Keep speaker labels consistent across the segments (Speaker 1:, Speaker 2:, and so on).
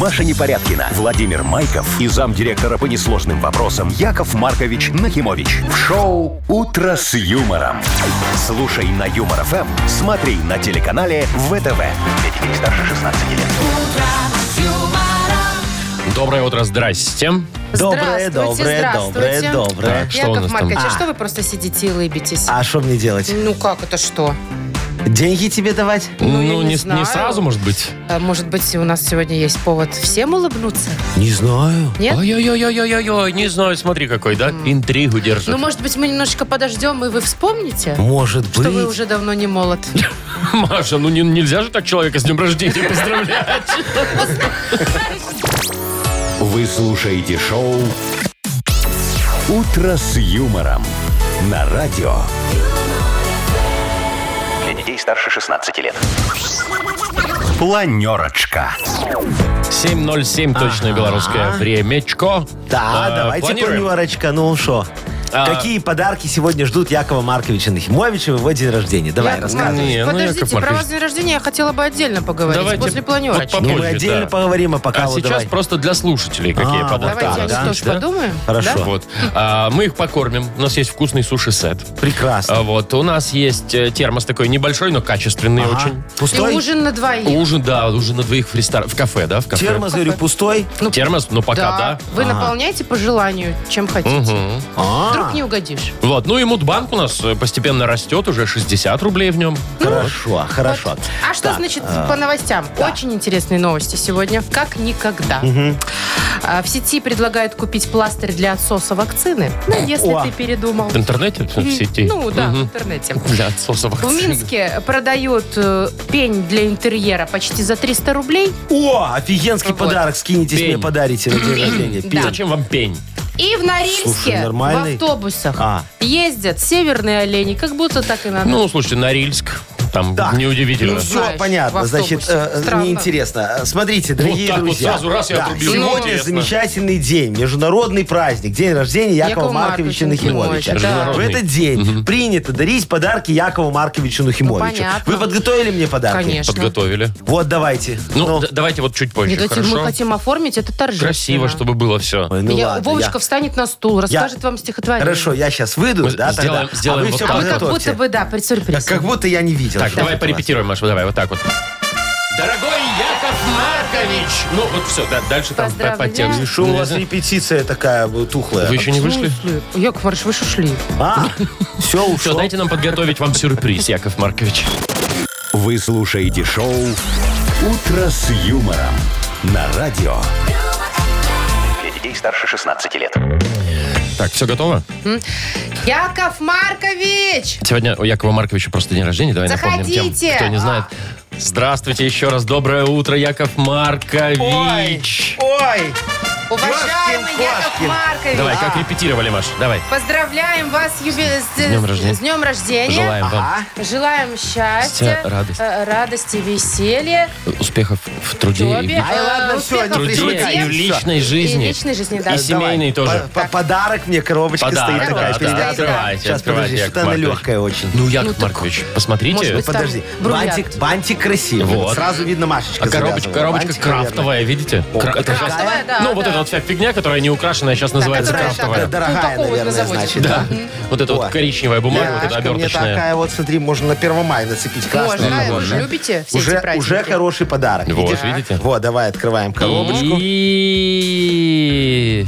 Speaker 1: Маша Непорядкина, Владимир Майков и замдиректора по несложным вопросам Яков Маркович Нахимович. В шоу «Утро с юмором». Слушай на Юмор ФМ, смотри на телеканале ВТВ. Для детей старше 16 лет.
Speaker 2: Доброе утро, здрасте.
Speaker 3: Ну, Здравствуйте,
Speaker 4: Доброе, доброе,
Speaker 3: здравствуйте.
Speaker 4: доброе, доброе.
Speaker 2: Так, что у
Speaker 3: Яков
Speaker 2: нас там?
Speaker 3: Маркович, а
Speaker 4: А.
Speaker 3: что вы просто сидите и улыбитесь?
Speaker 4: А что мне делать?
Speaker 3: Ну как это что?
Speaker 4: Деньги тебе давать?
Speaker 3: Ну, я
Speaker 2: Ну, не,
Speaker 3: не
Speaker 2: не
Speaker 3: знаю.
Speaker 2: сразу, может быть?
Speaker 3: А, Может быть, у нас сегодня есть повод всем улыбнуться?
Speaker 4: Не знаю.
Speaker 3: Нет?
Speaker 2: Ой-ой-ой-ой-ой, не знаю, смотри какой, да? Интригу держит.
Speaker 3: Ну, может быть, мы немножечко подождем, и вы вспомните,
Speaker 4: Может
Speaker 3: что вы
Speaker 4: быть.
Speaker 3: уже давно не молод.
Speaker 2: Маша, ну не- нельзя же так человека с днем рождения поздравлять.
Speaker 1: Вы слушаете шоу «Утро с юмором» на радио. Для детей старше 16 лет. Планерочка.
Speaker 2: 7.07 точное белорусское времячко.
Speaker 4: Да,
Speaker 2: Э,
Speaker 4: давайте
Speaker 2: планируем.
Speaker 4: планерочка. Ну что?
Speaker 2: А.
Speaker 4: Какие подарки сегодня ждут Якова Марковича Нахимовича в его день рождения? Давай,
Speaker 3: Яков
Speaker 4: рассказывай.
Speaker 3: Маркович,
Speaker 2: Не, ну,
Speaker 3: Подождите,
Speaker 2: Яков
Speaker 3: про
Speaker 2: Маркович.
Speaker 3: ваш день рождения я хотела бы отдельно поговорить
Speaker 2: Давайте
Speaker 3: после планерочки.
Speaker 2: по-
Speaker 4: Ну, мы
Speaker 2: позже,
Speaker 4: отдельно
Speaker 2: да.
Speaker 4: поговорим, а пока
Speaker 2: А
Speaker 4: вот
Speaker 2: сейчас
Speaker 4: давай.
Speaker 2: просто для слушателей какие
Speaker 4: А,
Speaker 2: подарки.
Speaker 4: вот
Speaker 3: Давайте
Speaker 4: так,
Speaker 3: они
Speaker 4: да?
Speaker 3: тоже
Speaker 2: Да?
Speaker 3: подумаем.
Speaker 4: Хорошо.
Speaker 3: да?
Speaker 2: Вот. А, мы их покормим. У нас есть вкусный суши-сет.
Speaker 4: Прекрасно.
Speaker 2: А, вот. У нас есть э, термос такой небольшой, но качественный
Speaker 4: Ага.
Speaker 2: очень.
Speaker 3: И
Speaker 4: Пустой?
Speaker 3: ужин на двоих.
Speaker 2: Ужин, да, ужин на двоих в ресторан. В кафе, да? В кафе.
Speaker 4: Термос, говорю, пустой?
Speaker 2: Термос, ну пока, да.
Speaker 3: Вы наполняете по желанию, чем хотите.
Speaker 2: Мгм.
Speaker 3: Вдруг
Speaker 4: А,
Speaker 3: не угодишь.
Speaker 2: Вот, ну и мудбанк у нас э, постепенно растет, уже 60 рублей в нем.
Speaker 4: Хорошо, хорошо.
Speaker 3: А что
Speaker 4: Так, э,
Speaker 3: значит по новостям? Очень интересные новости сегодня, как никогда. А, В сети предлагают купить пластырь для отсоса вакцины. Ну, если
Speaker 4: О.
Speaker 3: ты передумал.
Speaker 2: В интернете, в сети.
Speaker 3: Ну да, в
Speaker 2: Мгм.
Speaker 3: интернете.
Speaker 2: Для отсоса
Speaker 3: В
Speaker 2: вакцины.
Speaker 3: Минске продают э, пень для интерьера почти за 300 рублей.
Speaker 4: О, офигенский
Speaker 3: Вот.
Speaker 4: подарок. Скинетесь,
Speaker 2: Пень.
Speaker 4: мне подарите на день рождения.
Speaker 3: Да.
Speaker 4: Пень.
Speaker 2: Зачем вам пень?
Speaker 3: И в
Speaker 4: Слушай,
Speaker 3: Норильске в
Speaker 4: нормальный.
Speaker 3: автобусах
Speaker 4: А.
Speaker 3: ездят северные олени, как будто так и надо.
Speaker 2: Ну, слушайте, Норильск, там
Speaker 4: Так.
Speaker 2: неудивительно.
Speaker 4: Ну,
Speaker 3: Знаешь,
Speaker 4: все понятно.
Speaker 3: в автобусе.
Speaker 4: Значит, э,
Speaker 3: Странно.
Speaker 4: неинтересно. Э, Смотрите,
Speaker 2: Ну,
Speaker 4: дорогие
Speaker 2: так вот
Speaker 4: друзья.
Speaker 2: сразу раз и
Speaker 4: Да,
Speaker 2: отрубил.
Speaker 4: Сегодня
Speaker 2: Интересно.
Speaker 4: замечательный день, международный праздник, день рождения Якова,
Speaker 3: Якова Марковича
Speaker 4: Марковича
Speaker 3: Нахимовича.
Speaker 4: Нахимовича.
Speaker 2: Да.
Speaker 4: В этот день принято дарить подарки Якову Марковичу Нахимовичу.
Speaker 3: Ну, понятно.
Speaker 4: Вы подготовили мне подарки?
Speaker 3: Конечно.
Speaker 2: Подготовили.
Speaker 4: Вот, давайте.
Speaker 2: Ну,
Speaker 4: Ну,
Speaker 2: д- давайте вот чуть позже,
Speaker 3: Нет, это
Speaker 2: хорошо?
Speaker 3: мы хотим оформить это торжественно.
Speaker 2: Красиво, чтобы было все.
Speaker 4: ой, ну
Speaker 3: Я-
Speaker 4: ладно,
Speaker 3: Вовочка
Speaker 4: я-
Speaker 3: встанет на стул, расскажет вам стихотворение.
Speaker 4: Хорошо, я сейчас выйду,
Speaker 2: Мы
Speaker 4: да,
Speaker 2: сделаем-
Speaker 4: тогда.
Speaker 2: сделаем
Speaker 4: а вы
Speaker 2: вот
Speaker 4: все
Speaker 2: так.
Speaker 3: А вы как
Speaker 4: подготовьте.
Speaker 3: будто бы, да, при сюрпризе.
Speaker 4: Как будто я не видел.
Speaker 2: Так,
Speaker 4: что
Speaker 2: давай
Speaker 4: тут у вас.
Speaker 2: порепетируем, Маша, давай, вот так вот. Дорогой Яков Маркович! Ну, вот все, да, дальше там по, по
Speaker 3: Поздравляю.
Speaker 2: тексту.
Speaker 4: И что у вас репетиция такая э, тухлая?
Speaker 2: Вы еще не вышли?
Speaker 3: Яков Марш, вы шушли.
Speaker 4: А, все
Speaker 2: Все,
Speaker 4: ушло.
Speaker 2: дайте нам подготовить вам сюрприз, Яков Маркович.
Speaker 1: Вы слушаете шоу «Утро с юмором» на радио. Для детей старше 16 лет.
Speaker 2: Так, все готово?
Speaker 3: Яков Маркович!
Speaker 2: Сегодня у Якова Марковича просто день рождения. Давай напомним
Speaker 3: Заходите.
Speaker 2: тем, кто не знает. Здравствуйте еще раз. Доброе утро, Яков
Speaker 4: Ой,
Speaker 2: Маркович.
Speaker 4: ой.
Speaker 3: Уважаемый
Speaker 4: Ёшкин
Speaker 3: Яков
Speaker 4: кошкин.
Speaker 3: Маркович! А.
Speaker 2: Давай, как репетировали, Маш? Давай.
Speaker 3: Поздравляем вас с, юбе- с-
Speaker 2: днем рождения.
Speaker 3: с днем рождения.
Speaker 2: Желаем вам
Speaker 4: Ага.
Speaker 3: Желаем счастья,
Speaker 2: Счастья, радости.
Speaker 3: э, радости, веселья,
Speaker 2: успехов в труде и А,
Speaker 3: учебе,
Speaker 2: в
Speaker 4: Ай,
Speaker 3: э,
Speaker 4: ладно, всё,
Speaker 3: успехов в
Speaker 4: не
Speaker 2: труде,
Speaker 4: привлекай.
Speaker 2: и в
Speaker 3: труде,
Speaker 2: личной
Speaker 3: и
Speaker 2: жизни.
Speaker 3: личной жизни. да.
Speaker 2: И семейной А тоже.
Speaker 4: По- Подарок мне, коробочка
Speaker 2: Подарок,
Speaker 4: стоит
Speaker 2: да,
Speaker 4: такая
Speaker 2: да,
Speaker 4: передняя.
Speaker 2: открывайте,
Speaker 4: Сейчас,
Speaker 2: открывайте,
Speaker 4: подожди,
Speaker 2: Яков
Speaker 4: что-то она
Speaker 2: Маркович.
Speaker 4: легкая очень.
Speaker 2: Ну, Яков
Speaker 3: так,
Speaker 2: Маркович, посмотрите.
Speaker 3: может быть, там
Speaker 4: Подожди,
Speaker 3: бриллиант.
Speaker 4: бантик, бантик красивый.
Speaker 2: Вот.
Speaker 4: Вот. Сразу видно Машечка
Speaker 2: А коробочка,
Speaker 4: завязывала.
Speaker 2: коробочка
Speaker 4: Бантик, наверное.
Speaker 2: крафтовая, видите?
Speaker 4: О,
Speaker 2: Кра- это
Speaker 4: какая.
Speaker 2: же-
Speaker 3: Давай, да,
Speaker 2: ну, вот
Speaker 3: да.
Speaker 2: эта вот вся фигня, которая не украшенная, сейчас называется
Speaker 3: которая
Speaker 2: крафтовая.
Speaker 3: так, Ну,
Speaker 4: Дорогая,
Speaker 3: такого
Speaker 4: наверное,
Speaker 3: назовете.
Speaker 4: значит.
Speaker 2: Да. Вот эта вот
Speaker 4: О.
Speaker 2: коричневая бумага, вот эта
Speaker 4: Ляшка мне
Speaker 2: оберточная.
Speaker 4: такая вот, смотри, можно на 1 мая нацепить красную.
Speaker 3: Можно, а вы
Speaker 2: вот,
Speaker 3: же
Speaker 2: да.
Speaker 3: любите все эти
Speaker 4: Уже,
Speaker 3: праздники.
Speaker 4: уже хороший подарок.
Speaker 2: Вот,
Speaker 4: видишь?
Speaker 2: видите?
Speaker 4: Вот, давай открываем коробочку.
Speaker 2: И...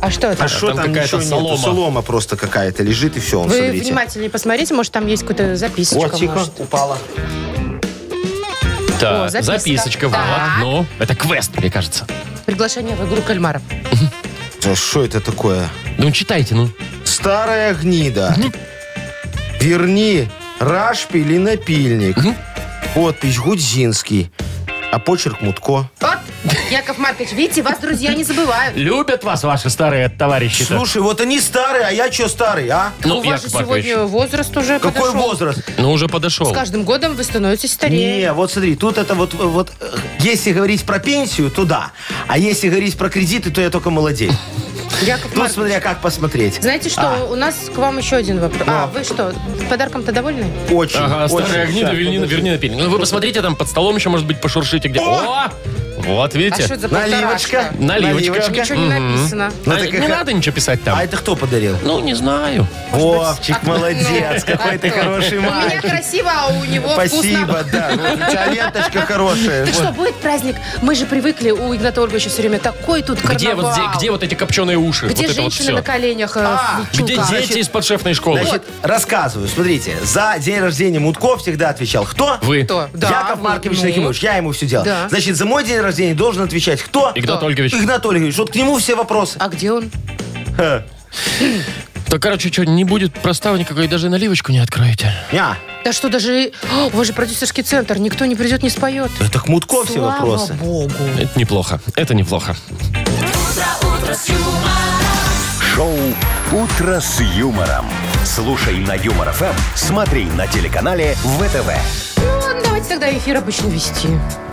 Speaker 3: А что это?
Speaker 4: А что
Speaker 2: там
Speaker 4: там,
Speaker 2: какая-то
Speaker 4: ничего нету?
Speaker 2: солома.
Speaker 4: Солома просто какая-то лежит, и все,
Speaker 3: Вы
Speaker 4: смотрите.
Speaker 3: внимательнее посмотрите, может, там есть какая-то записочка.
Speaker 4: Вот, тихо,
Speaker 3: может.
Speaker 4: упала.
Speaker 2: Так,
Speaker 3: О, записка.
Speaker 2: записочка, вот.
Speaker 3: Так.
Speaker 2: Ну, это квест, мне кажется.
Speaker 3: Приглашение в игру кальмаров.
Speaker 4: Да Что это такое?
Speaker 2: Ну, читайте, ну.
Speaker 4: Старая гнида. Верни рашпиль и напильник. Подпись Гудзинский. А почерк Мутко.
Speaker 3: Вот, Яков Маркович, видите, вас друзья не забывают.
Speaker 2: Любят вас ваши старые товарищи
Speaker 4: Слушай, вот они старые, а я что старый, а?
Speaker 2: ну,
Speaker 3: У вас же
Speaker 2: Яков Маркович,
Speaker 3: сегодня возраст уже
Speaker 4: Какой
Speaker 3: подошел.
Speaker 4: возраст?
Speaker 2: ну уже
Speaker 3: С
Speaker 2: подошел.
Speaker 3: каждым годом вы становитесь старее.
Speaker 4: Не, вот смотри, тут это вот, вот, э, если говорить про пенсию, то да. А если говорить про кредиты, то я только молодец.
Speaker 3: Яков
Speaker 4: Тут
Speaker 3: Маркович,
Speaker 4: смотря как посмотреть.
Speaker 3: знаете что,
Speaker 4: А.
Speaker 3: у нас к вам еще один вопрос. А, вы что, подарком-то довольны?
Speaker 4: Очень,
Speaker 2: Ага,
Speaker 4: очень.
Speaker 2: старые огни,
Speaker 4: Щас,
Speaker 2: верни,
Speaker 4: подожди.
Speaker 2: верни напильник. Ну, вы посмотрите, там под столом еще, может быть, пошуршите где. О! Вот,
Speaker 3: А что
Speaker 2: видите?
Speaker 3: это за
Speaker 4: Наливочка.
Speaker 3: полторашка?
Speaker 2: Наливочка.
Speaker 3: Ничего не написано.
Speaker 4: Ну,
Speaker 2: А,
Speaker 4: так
Speaker 2: не
Speaker 4: как-
Speaker 2: надо ничего писать там.
Speaker 4: А это кто подарил?
Speaker 2: Ну, не знаю.
Speaker 4: Вовчик,
Speaker 3: Ну,
Speaker 4: молодец,
Speaker 3: а
Speaker 4: какой ты
Speaker 3: кто?
Speaker 4: хороший
Speaker 3: У меня
Speaker 4: мальчик.
Speaker 3: красиво, а у него вкусно.
Speaker 4: Спасибо, да. Вот У тебя ленточка хорошая.
Speaker 3: Так
Speaker 4: Вот.
Speaker 3: что, будет праздник? Мы же привыкли у Игната Ольговича все время такой тут карнавал.
Speaker 2: Где вот, здесь- где вот эти копченые уши?
Speaker 3: Где
Speaker 2: вот это вот
Speaker 3: женщины
Speaker 2: все.
Speaker 3: на коленях? э,
Speaker 4: А,
Speaker 3: в чулках?
Speaker 2: Где дети из подшефной школы?
Speaker 4: Значит, рассказываю. Смотрите, за день рождения Мутко всегда отвечал кто?
Speaker 2: Вы.
Speaker 3: Кто? Да,
Speaker 4: Яков
Speaker 3: вы,
Speaker 4: Маркович
Speaker 3: ну.
Speaker 4: Нахимович. Я ему все делал.
Speaker 3: Да.
Speaker 4: Значит, за мой день рождения должен отвечать кто?
Speaker 2: Игнат
Speaker 3: Кто?
Speaker 2: Ольгович.
Speaker 4: Игнат Ольгович. Вот к нему все вопросы.
Speaker 3: А где он?
Speaker 2: Да, короче, что, не будет проставы никакой, даже наливочку не откроете.
Speaker 4: Ня.
Speaker 3: Да что, даже... О, у вас же продюсерский центр. Никто не придет, не споет.
Speaker 4: Это к Мутко все
Speaker 3: Слава
Speaker 4: вопросы.
Speaker 3: богу.
Speaker 2: Это неплохо. Это неплохо.
Speaker 1: Шоу «Утро с юмором». Слушай на Юмор ФМ, смотри на телеканале ВТВ.
Speaker 3: Ну, ладно, давайте тогда эфир обычно вести.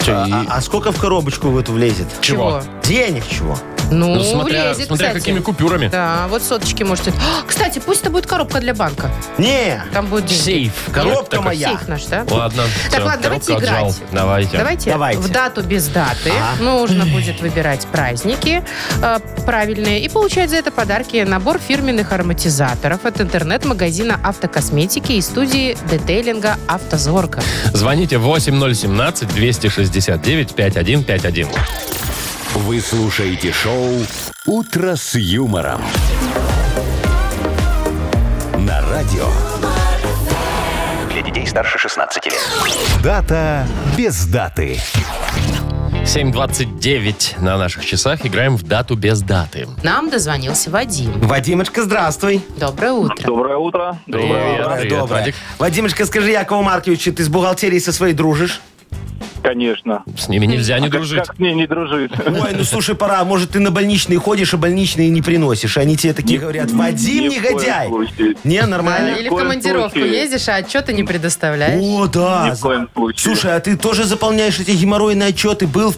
Speaker 2: Чё, и-
Speaker 4: А, а сколько в коробочку в эту влезет?
Speaker 2: Чего?
Speaker 4: Денег чего?
Speaker 3: Ну,
Speaker 2: Ну, смотря,
Speaker 3: влезет,
Speaker 2: смотря
Speaker 3: кстати.
Speaker 2: какими купюрами.
Speaker 3: Да, вот соточки можете. А, кстати, пусть это будет коробка для банка.
Speaker 4: Не,
Speaker 3: Там будет деньги.
Speaker 2: Сейф.
Speaker 4: коробка
Speaker 2: Такой.
Speaker 4: моя.
Speaker 3: Сейф наш, да?
Speaker 2: Ладно.
Speaker 3: Так,
Speaker 2: всё,
Speaker 3: ладно, давайте
Speaker 2: коробку отжал.
Speaker 3: играть.
Speaker 2: Давайте.
Speaker 3: Давайте,
Speaker 4: Давайте.
Speaker 3: в дату без даты
Speaker 4: А.
Speaker 3: нужно будет выбирать праздники э, правильные и получать за это подарки набор фирменных ароматизаторов от интернет-магазина автокосметики и студии детейлинга «Автозорка».
Speaker 2: Звоните 8017-269-5151.
Speaker 1: Вы слушаете шоу «Утро с юмором». На радио. Для детей старше 16 лет. Дата без даты.
Speaker 2: 7.29 на наших часах. Играем в дату без даты.
Speaker 3: Нам дозвонился Вадим.
Speaker 4: Вадимочка, здравствуй.
Speaker 3: Доброе утро.
Speaker 5: Доброе утро.
Speaker 2: Привет, привет, Вадик.
Speaker 4: Вадимочка, скажи, Якову Марковичу, ты с бухгалтерией со своей дружишь?
Speaker 5: Конечно.
Speaker 2: С ними нельзя не
Speaker 5: Как-
Speaker 2: дружить.
Speaker 5: Как с ней не дружить?
Speaker 4: Ой, ну слушай, пора. Может, ты на больничные ходишь, а больничные не приносишь. И они тебе такие говорят, Вадим,
Speaker 5: ни в коем
Speaker 4: негодяй.
Speaker 5: случае.
Speaker 4: Не, нормально?
Speaker 3: А, Или в
Speaker 5: в коем
Speaker 3: командировку
Speaker 5: случае.
Speaker 3: ездишь, а отчеты не предоставляешь.
Speaker 4: О, да.
Speaker 5: Ни в коем случае.
Speaker 4: Слушай, а ты тоже заполняешь эти геморройные отчеты? Был в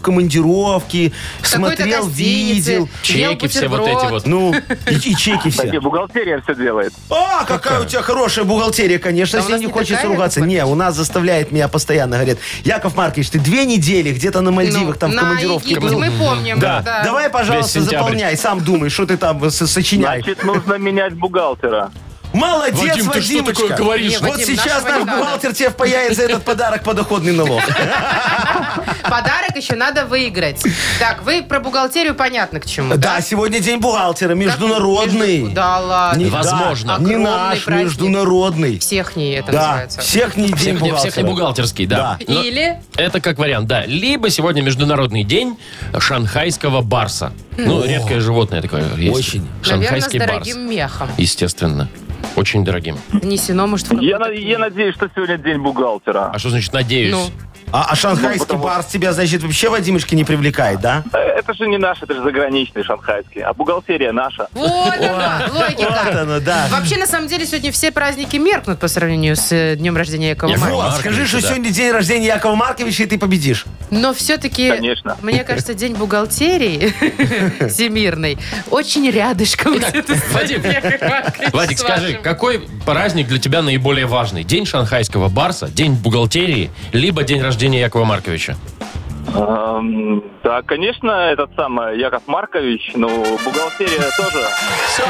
Speaker 3: В
Speaker 4: командировке,
Speaker 3: какой-то
Speaker 4: смотрел,
Speaker 3: гостинице,
Speaker 4: видел.
Speaker 3: ел
Speaker 2: Чеки все вот
Speaker 3: бутерброд.
Speaker 2: эти вот.
Speaker 4: Ну, и, и чеки
Speaker 5: Кстати,
Speaker 4: все.
Speaker 5: бухгалтерия все делает.
Speaker 4: А, какая, у тебя хорошая бухгалтерия,
Speaker 3: Да
Speaker 4: конечно,
Speaker 3: у
Speaker 4: если
Speaker 3: нас
Speaker 4: не
Speaker 3: не
Speaker 4: хочется
Speaker 3: такая,
Speaker 4: ругаться.
Speaker 3: Яков
Speaker 4: Не, у нас заставляет меня постоянно, говорят, Яков Маркович, ты две недели где-то на Мальдивах, там в
Speaker 3: Ну, на
Speaker 4: командировке
Speaker 3: Египет
Speaker 4: был.
Speaker 3: мы помним.
Speaker 2: Да.
Speaker 3: да.
Speaker 4: Давай, пожалуйста,
Speaker 2: сентябрь.
Speaker 4: заполняй, сам думай, что ты там со- сочиняй.
Speaker 5: Значит, нужно менять бухгалтера.
Speaker 4: Молодец,
Speaker 2: Вадим, ты что
Speaker 4: Вадимочка.
Speaker 2: такое говоришь?
Speaker 3: Не,
Speaker 4: Вот
Speaker 3: Вадим, нашего
Speaker 4: сейчас наш
Speaker 3: не надо.
Speaker 4: бухгалтер тебе впаяет за этот подарок подоходный налог.
Speaker 3: Подарок еще надо выиграть. Так, вы про бухгалтерию понятно к чему, да?
Speaker 4: Да, сегодня день бухгалтера, международный.
Speaker 3: Между- Да ладно.
Speaker 4: Не-
Speaker 2: Возможно.
Speaker 4: да, а Не
Speaker 3: Огромный
Speaker 4: наш,
Speaker 3: праздник.
Speaker 4: международный.
Speaker 3: Всех не это
Speaker 4: Да,
Speaker 3: называется.
Speaker 4: всех не день
Speaker 2: Всех не, всех не
Speaker 4: бухгалтера.
Speaker 2: бухгалтерский, да.
Speaker 4: Да.
Speaker 2: Но
Speaker 3: Или
Speaker 2: Это как вариант, да. Либо сегодня международный день шанхайского барса. Ну, редкое животное такое есть.
Speaker 4: Очень.
Speaker 3: Наверное, с
Speaker 2: Шанхайский барс.
Speaker 3: дорогим мехом.
Speaker 2: Естественно. Очень дорогим.
Speaker 3: Внесено, может, в
Speaker 5: Я,
Speaker 3: какой-то
Speaker 5: на- я надеюсь, что сегодня день бухгалтера.
Speaker 2: А что значит надеюсь?
Speaker 3: Ну.
Speaker 4: А, а шанхайский
Speaker 5: Ну, потому-
Speaker 4: барс тебя, значит, вообще, Вадимочка, не привлекает, да?
Speaker 5: Э, Это же не наш, это же заграничный шанхайский. А бухгалтерия наша.
Speaker 3: Вот она,
Speaker 4: Вот
Speaker 3: логика.
Speaker 4: оно, да.
Speaker 3: Вообще, на самом деле, сегодня все праздники меркнут по сравнению с э, днем рождения Якова
Speaker 2: Якова
Speaker 3: Маркова.
Speaker 4: Вот,
Speaker 2: Марковича,
Speaker 4: скажи, что
Speaker 2: да.
Speaker 4: сегодня день рождения Якова Марковича, и ты победишь.
Speaker 3: Но все-таки,
Speaker 5: Конечно.
Speaker 3: мне кажется, день бухгалтерии всемирной очень рядышком.
Speaker 2: Итак,
Speaker 3: с этой
Speaker 2: Вадим,
Speaker 3: историей Якова Марковича
Speaker 2: Вадик,
Speaker 3: с
Speaker 2: скажи,
Speaker 3: вашим.
Speaker 2: какой праздник для тебя наиболее важный? День шанхайского барса, день бухгалтерии, либо день рождения Якова Марковича?
Speaker 5: Эм, да, конечно, этот самый Яков Маркович, но бухгалтерия тоже.
Speaker 2: Все,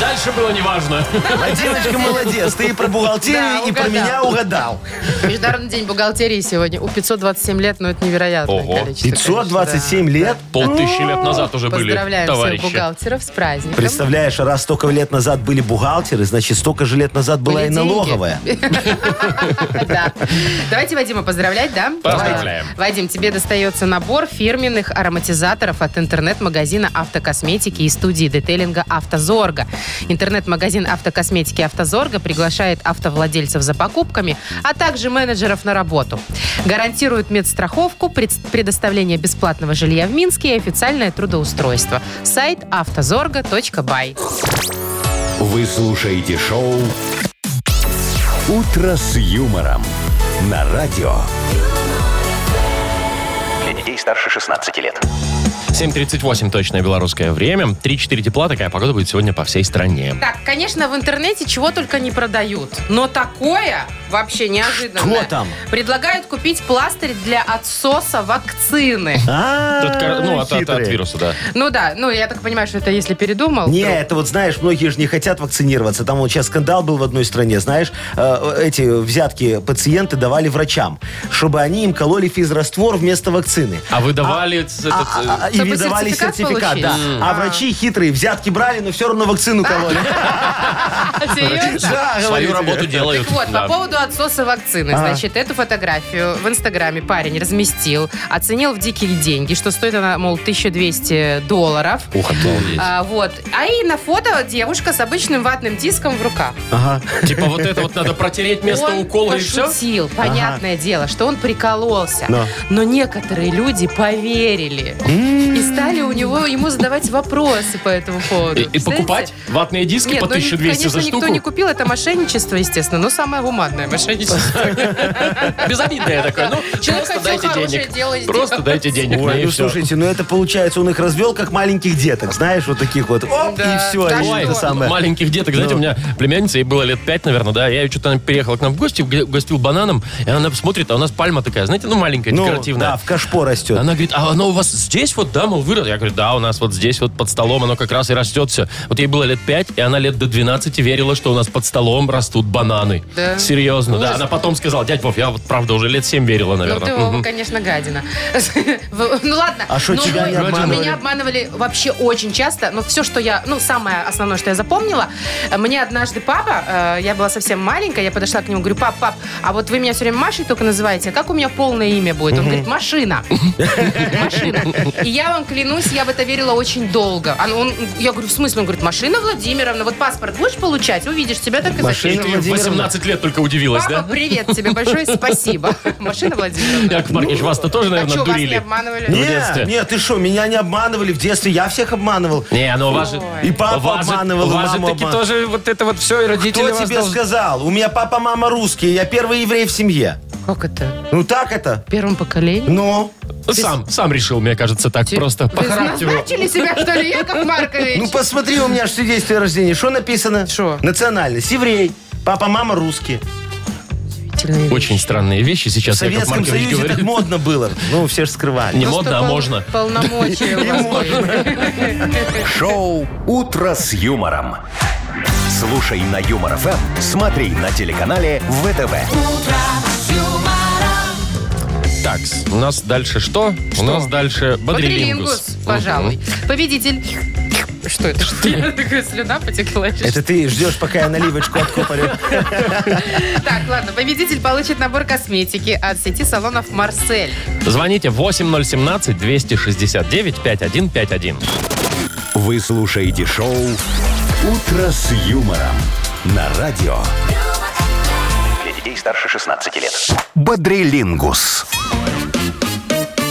Speaker 2: дальше было неважно.
Speaker 4: Вадимочка, молодец, ты и про
Speaker 3: Да,
Speaker 4: бухгалтерию, и про
Speaker 3: угадал.
Speaker 4: меня угадал.
Speaker 3: Международный день бухгалтерии сегодня. У 527 лет, ну это невероятное
Speaker 2: Ого.
Speaker 3: количество. конечно, да.
Speaker 4: 527 лет?
Speaker 2: Полтысячи лет назад уже были
Speaker 3: Поздравляем Ну, всех
Speaker 2: товарищи.
Speaker 3: бухгалтеров с праздником.
Speaker 4: Представляешь, раз столько лет назад были бухгалтеры, значит, столько же лет назад была
Speaker 3: Были
Speaker 4: и
Speaker 3: деньги.
Speaker 4: налоговая.
Speaker 3: Да. Давайте Вадима поздравлять, да?
Speaker 2: Поздравляем.
Speaker 3: Давайте. Вадим, тебе достается набор фирменных ароматизаторов от интернет-магазина автокосметики и студии детейлинга «Автозорга». Интернет-магазин автокосметики «Автозорга» приглашает автовладельцев за покупками, а также менеджеров на работу. Гарантирует медстраховку, пред- предоставление бесплатного жилья в Минске и официальное трудоустройство. Сайт автозорга.бай.
Speaker 1: Вы слушаете шоу «Утро с юмором» на радио. Для детей старше 16 лет.
Speaker 2: 7.38 точное белорусское время. 3-4 тепла, такая погода будет сегодня по всей стране.
Speaker 3: Так, конечно, в интернете чего только не продают, но такое вообще неожиданно.
Speaker 4: Что там?
Speaker 3: Предлагают купить пластырь для отсоса вакцины.
Speaker 2: Тут кор-
Speaker 4: А,
Speaker 2: Ну, от, от- от
Speaker 4: хитрые.
Speaker 2: вируса, да.
Speaker 3: Ну да, ну я так понимаю, что это если передумал.
Speaker 4: Не,
Speaker 3: вдруг.
Speaker 4: это вот, знаешь, многие же не хотят вакцинироваться. Там вот сейчас скандал был в одной стране, знаешь, э, эти взятки пациенты давали врачам, чтобы они им кололи физраствор вместо вакцины.
Speaker 2: А выдавали с- этот, э,
Speaker 4: А- а- а- и
Speaker 3: Чтобы
Speaker 4: выдавали
Speaker 3: сертификат
Speaker 4: сертификат,
Speaker 3: получить?
Speaker 4: да.
Speaker 3: М.
Speaker 4: А врачи хитрые, взятки брали, но все равно вакцину кололи.
Speaker 3: А, серьезно?
Speaker 2: э,
Speaker 4: Да,
Speaker 2: свою
Speaker 4: говорю тебе.
Speaker 2: работу делают.
Speaker 3: Так вот, а
Speaker 2: да.
Speaker 3: по поводу отсоса вакцины.
Speaker 4: Ага.
Speaker 3: Значит, эту фотографию в Инстаграме парень разместил, оценил в дикие деньги, что стоит она, мол, 1200 долларов.
Speaker 2: Ух, обалдеть.
Speaker 3: А, вот. А и на фото девушка с обычным ватным диском в руках.
Speaker 4: Ага.
Speaker 2: Типа вот это вот надо протереть место
Speaker 3: он
Speaker 2: укола и все?
Speaker 3: А, пошутил, понятное дело, что он прикололся.
Speaker 4: Да.
Speaker 3: Но некоторые люди поверили и стали у него ему задавать вопросы по этому поводу.
Speaker 2: И, и покупать ватные диски
Speaker 3: Нет,
Speaker 2: по
Speaker 3: ну,
Speaker 2: 1200
Speaker 3: конечно,
Speaker 2: за штуку?
Speaker 3: никто не купил, это мошенничество, естественно, но самое гуманное мошенничество.
Speaker 2: Безобидное такое. Ну,
Speaker 3: Человек
Speaker 2: просто
Speaker 3: хотел
Speaker 2: дайте
Speaker 3: хорошее
Speaker 2: денег.
Speaker 3: дело сделать.
Speaker 2: Просто дайте денег.
Speaker 4: Ой,
Speaker 2: мне и
Speaker 4: ну
Speaker 2: всё.
Speaker 4: слушайте, ну это получается, он их развел как маленьких деток, знаешь, вот таких вот. Оп,
Speaker 3: Да.
Speaker 4: и все,
Speaker 3: Да
Speaker 4: и
Speaker 3: а что? Ну.
Speaker 4: это самое.
Speaker 2: маленьких деток. Знаете, у меня племянница, ей было лет пять, наверное, да. Я ее что-то переехала к нам в гости, г- угостил бананом, и она смотрит, а у нас пальма такая, знаете, ну маленькая,
Speaker 4: Ну,
Speaker 2: декоративная.
Speaker 4: да, в кашпо растет.
Speaker 2: Она говорит, а оно у вас здесь вот, да, мол, вырос? Я говорю, да, у нас вот здесь вот под столом оно как раз и растет все. Вот ей было лет 5, и она лет до 12 верила, что у нас под столом растут бананы.
Speaker 3: Да.
Speaker 2: Серьезно, да.
Speaker 3: Ужас.
Speaker 2: Она потом сказала, дядь Вов, я вот правда уже лет 7 верила,
Speaker 3: Ну
Speaker 2: наверное.
Speaker 3: ты, Вова, конечно, гадина. В- Ну ладно.
Speaker 4: А шо,
Speaker 3: Ну,
Speaker 4: тебя
Speaker 3: вы-
Speaker 4: не обманывали?
Speaker 3: Меня обманывали вообще очень часто. Но все, что я... Ну, самое основное, что я запомнила. э, Мне однажды папа... э, Я была совсем маленькая. Я подошла к нему, говорю, пап, пап, а вот вы меня все время Машей только называете. а Как у меня полное имя будет? Он говорит, машина. Машина. И я вам клянусь, я в это верила очень долго. А он- Я говорю, в смысле? Он говорит, машина Владимировна. Вот паспорт будешь получать? Увидишь, тебя так и
Speaker 2: И
Speaker 4: Машина
Speaker 3: запишут».
Speaker 2: ты в 18 лет только удивилась,
Speaker 3: Папа,
Speaker 2: да?
Speaker 3: привет тебе большое спасибо. Машина Владимировна.
Speaker 2: Яков Маркович, вас-то тоже,
Speaker 3: А
Speaker 2: наверное,
Speaker 3: что, вас не
Speaker 2: дурили.
Speaker 3: обманывали?
Speaker 2: Ну, в
Speaker 4: Нет,
Speaker 2: детстве.
Speaker 4: нет, ты что, меня не обманывали в детстве, я всех обманывал.
Speaker 2: Не, ну у вас же...
Speaker 4: И
Speaker 2: у
Speaker 4: папа
Speaker 2: вас же-
Speaker 4: обманывал,
Speaker 2: у
Speaker 4: и
Speaker 2: вас же
Speaker 4: маму
Speaker 2: таки
Speaker 4: обманывал.
Speaker 2: тоже вот это вот все, и родители
Speaker 4: Кто
Speaker 2: вас
Speaker 4: тебе
Speaker 2: должны-
Speaker 4: сказал? У меня папа, мама русские, я первый еврей в семье.
Speaker 3: Как это?
Speaker 4: Ну так это?
Speaker 3: В первом поколении?
Speaker 4: Ну,
Speaker 2: Сам, сам решил, мне кажется, так просто. По
Speaker 3: Вы
Speaker 2: характеру.
Speaker 3: назначили себя, что ли, Яков Маркович?
Speaker 4: ну посмотри, у меня же свидетельство о рождении. Что написано?
Speaker 3: Шо?
Speaker 4: Национальность. Еврей. Папа, мама русские.
Speaker 3: Удивительные
Speaker 2: Очень
Speaker 3: вещи.
Speaker 2: странные вещи
Speaker 4: В
Speaker 2: сейчас Яков
Speaker 4: Советском
Speaker 2: Маркович
Speaker 4: Союзе так
Speaker 2: говорит.
Speaker 4: модно было. Ну, все же скрывали.
Speaker 2: Не
Speaker 3: Просто
Speaker 2: модно, а
Speaker 3: пол-
Speaker 2: можно.
Speaker 3: Полномочия у вас были.
Speaker 1: Шоу «Утро с юмором». Слушай на Юмор ФМ, смотри на телеканале ВТВ.
Speaker 2: Так, у нас дальше что? У нас дальше
Speaker 3: Бодрилингус,
Speaker 2: бодрилингус.
Speaker 3: пожалуй. Победитель. Что это? Такая слюна потекла.
Speaker 4: Это ты ждешь, пока я наливочку откопаю.
Speaker 3: Так, ладно. Победитель получит набор косметики от сети салонов «Марсель».
Speaker 2: Мгм. Звоните 8017-269-5151.
Speaker 1: Вы слушаете шоу «Утро с юмором» на радио. Для детей старше 16 лет. Бодрилингус.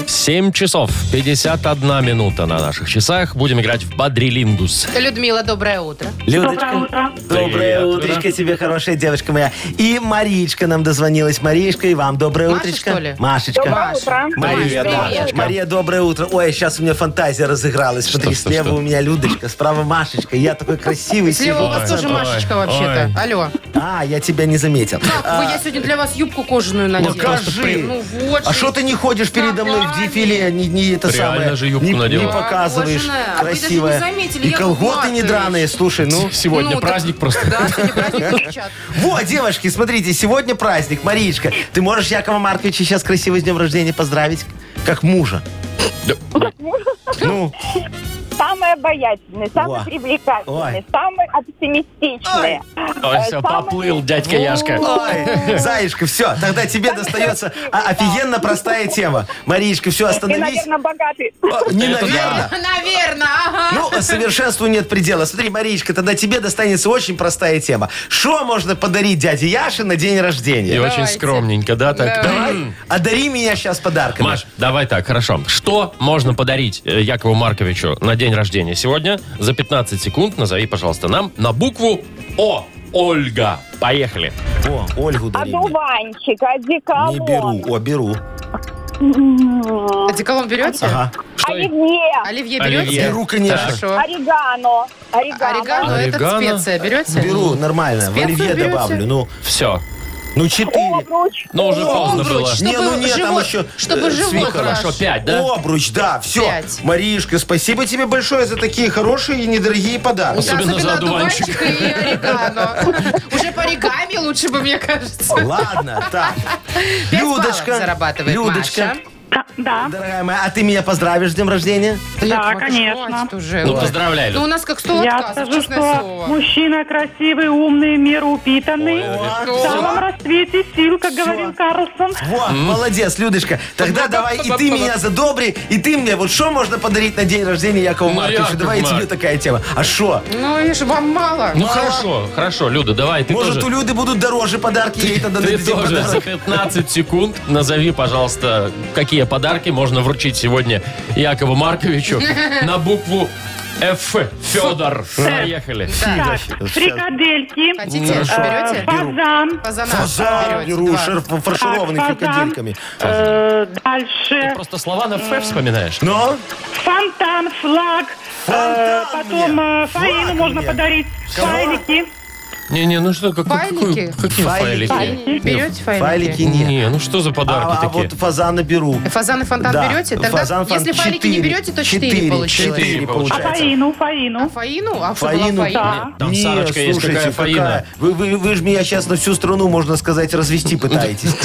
Speaker 2: 7 часов 51 минута на наших часах. Будем играть в бодрилингус.
Speaker 3: Людмила, доброе утро.
Speaker 4: Людочка.
Speaker 2: Привет,
Speaker 4: Доброе утречко
Speaker 2: Люда.
Speaker 4: тебе, хорошая девочка моя. И Маричка нам дозвонилась. Маришка, и вам доброе
Speaker 3: Маша,
Speaker 4: утречко.
Speaker 3: что ли?
Speaker 4: Машечка.
Speaker 6: Доброе утро.
Speaker 4: Мария,
Speaker 3: Маша,
Speaker 4: да.
Speaker 3: привет.
Speaker 4: Мария, доброе утро. Ой, сейчас у меня фантазия разыгралась. Смотри,
Speaker 2: что,
Speaker 4: слева
Speaker 2: что?
Speaker 4: у меня Людочка, справа Машечка. Я такой красивый
Speaker 3: Слева у
Speaker 4: сижу.
Speaker 3: вас тоже
Speaker 2: ой,
Speaker 3: а Машечка вообще-то.
Speaker 2: ой.
Speaker 3: Алло.
Speaker 4: А, я тебя не заметил.
Speaker 3: Так, вы, я сегодня для вас юбку кожаную надела.
Speaker 4: Покажи.
Speaker 3: Ну вот.
Speaker 4: А что ты не ходишь передо мной в дефиле, не, не это
Speaker 2: Реально
Speaker 4: самое,
Speaker 2: же юбку
Speaker 4: не, не
Speaker 2: надела.
Speaker 4: показываешь,
Speaker 3: Кожаная. А вы даже не
Speaker 4: красивая.
Speaker 3: заметили,
Speaker 4: и
Speaker 3: Яков
Speaker 4: колготы не
Speaker 3: Маркович.
Speaker 4: драные, слушай, ну.
Speaker 2: Сегодня
Speaker 3: Ну, так-
Speaker 2: праздник просто.
Speaker 3: Да, сегодня праздник Курчат.
Speaker 4: Во, девочки, смотрите, сегодня праздник, Мариечка. Ты можешь Якова Марковича сейчас красиво с днем рождения поздравить? Как мужа. Ну,
Speaker 6: Самый обаятельный, самый
Speaker 4: Во.
Speaker 6: привлекательный,
Speaker 4: Ой.
Speaker 6: самый
Speaker 2: Ой,
Speaker 6: оптимистичный. Э,
Speaker 2: все,
Speaker 6: самый-
Speaker 2: поплыл дядька Яшка.
Speaker 4: ой, Заячка, все, тогда тебе достается а, офигенно простая тема. Мариечка, все,
Speaker 6: И,
Speaker 4: остановись.
Speaker 6: наверное, богатый.
Speaker 4: О, Не,
Speaker 2: Это да.
Speaker 4: наверное.
Speaker 3: Наверное, ага.
Speaker 4: Ну, совершенству нет предела. Смотри, Маричка, тогда тебе достанется очень простая тема. Что можно подарить дяде Яше на день
Speaker 2: И
Speaker 4: рождения?
Speaker 2: очень скромненько, да, так?
Speaker 4: Давай, одари меня сейчас подарками.
Speaker 2: Маш, давай так, хорошо. Что можно подарить э, Якову Марковичу на день рождения сегодня? За 15 секунд назови, пожалуйста, нам на букву О. Ольга. Поехали.
Speaker 4: О, Ольгу дари мне.
Speaker 6: Одуванчик, одеколон.
Speaker 4: Не беру. О, беру.
Speaker 6: М,
Speaker 3: Одеколон А берете?
Speaker 4: Ну, Ага.
Speaker 2: Что и-
Speaker 6: Оливье,
Speaker 3: Оливье
Speaker 2: Оливье.
Speaker 3: берете?
Speaker 4: Беру, конечно.
Speaker 3: Хорошо.
Speaker 6: орегано. Орегано.
Speaker 3: Орегано, это
Speaker 2: Орегано.
Speaker 3: специя берете? Ну,
Speaker 4: Беру, нормально. В
Speaker 3: Специи
Speaker 4: оливье
Speaker 3: берете?
Speaker 4: добавлю. Ну,
Speaker 2: Все.
Speaker 4: Ну, четыре.
Speaker 6: Обруч.
Speaker 2: Но уже поздно
Speaker 3: Обруч,
Speaker 2: было.
Speaker 3: чтобы
Speaker 4: Не, ну нет, там
Speaker 3: живот-
Speaker 4: еще,
Speaker 3: Чтобы
Speaker 4: э,
Speaker 2: Ну
Speaker 3: живот
Speaker 4: свинка.
Speaker 2: хорошо,
Speaker 3: хорошо.
Speaker 2: пять, да?
Speaker 4: Обруч, да, все.
Speaker 3: Пять.
Speaker 4: Маришка, спасибо тебе большое за такие хорошие и недорогие подарки.
Speaker 2: Особенно за одуванчик.
Speaker 3: одуванчика и оригано. Уже по оригами лучше бы, мне кажется.
Speaker 4: Ладно, так.
Speaker 3: Пять баллов зарабатывает
Speaker 4: Людочка,
Speaker 3: Маша.
Speaker 7: Да, да.
Speaker 4: дорогая моя, а ты меня поздравишь с днем рождения?
Speaker 3: Яков
Speaker 7: Да,
Speaker 3: Маркович,
Speaker 7: конечно.
Speaker 3: хватит уже.
Speaker 2: Ну,
Speaker 3: Ой.
Speaker 2: поздравляю,
Speaker 3: Ну, у
Speaker 2: Люд.
Speaker 3: нас как стол
Speaker 7: Я
Speaker 3: отказов,
Speaker 7: скажу,
Speaker 3: честное
Speaker 7: что
Speaker 3: слово.
Speaker 7: мужчина красивый, умный, мироупитанный. в самом расцвете сил, как
Speaker 4: Всё.
Speaker 7: говорил Карлсон.
Speaker 4: Во, молодец, Людочка. Тогда давай и ты меня задобри, и ты мне. Вот что можно подарить на день рождения Якову
Speaker 2: Ну,
Speaker 4: Марковичу?
Speaker 2: Яков
Speaker 4: Давай и тебе
Speaker 2: Марк.
Speaker 4: такая тема. А что?
Speaker 3: Ну, видишь, вам мало.
Speaker 2: Ну хорошо, хорошо, Люда, давай, ты
Speaker 4: Может, у
Speaker 2: тоже.
Speaker 4: Люды будут дороже подарки, ей тогда
Speaker 2: Ты
Speaker 4: дадите
Speaker 2: тоже за
Speaker 4: подарок.
Speaker 2: 15 секунд назови, пожалуйста, какие подарки можно вручить сегодня Якову Марковичу на букву Ф. Федор. Поехали.
Speaker 7: Так, фрикадельки, Э,
Speaker 3: Хотите,
Speaker 4: Хорошо.
Speaker 3: берете?
Speaker 7: фазан.
Speaker 3: Фазана.
Speaker 4: Фазан,
Speaker 3: берете,
Speaker 4: беру,
Speaker 3: два.
Speaker 4: шар- фаршированный
Speaker 7: Так, фазан.
Speaker 4: фрикадельками.
Speaker 7: Э,
Speaker 2: Ты
Speaker 7: дальше
Speaker 2: просто слова на Ф вспоминаешь.
Speaker 4: Но?
Speaker 7: фонтан, флаг. э,
Speaker 4: Фонтан
Speaker 7: потом
Speaker 4: мне.
Speaker 7: э, фаину
Speaker 4: Флаг
Speaker 7: можно
Speaker 4: мне.
Speaker 7: подарить. Файлики.
Speaker 2: Не-не, ну что, как,
Speaker 3: Файлики?
Speaker 2: какую- какие
Speaker 4: Файлики.
Speaker 2: файлики?
Speaker 3: Берете
Speaker 4: Файлики
Speaker 3: файлики?
Speaker 4: нет.
Speaker 2: Не, ну что за подарки
Speaker 4: А, а
Speaker 2: такие?
Speaker 4: вот фазана беру.
Speaker 3: Фазан и фонтан
Speaker 4: Да,
Speaker 3: берете? Тогда,
Speaker 4: фазан, фон-
Speaker 3: если файлики не
Speaker 4: четыре.
Speaker 3: берете, то 4,
Speaker 4: Четыре,
Speaker 3: получилось.
Speaker 4: четыре
Speaker 2: Четыре
Speaker 7: А
Speaker 4: получается.
Speaker 7: фаину,
Speaker 3: А
Speaker 7: фаину.
Speaker 3: фаину? А что была
Speaker 4: Фаину?
Speaker 3: фаина?
Speaker 7: Да.
Speaker 2: Там
Speaker 4: Не,
Speaker 2: Сарочка есть,
Speaker 4: слушайте,
Speaker 2: какая Фаина.
Speaker 4: Вы, вы, вы же меня сейчас на всю страну, можно сказать, развести пытаетесь.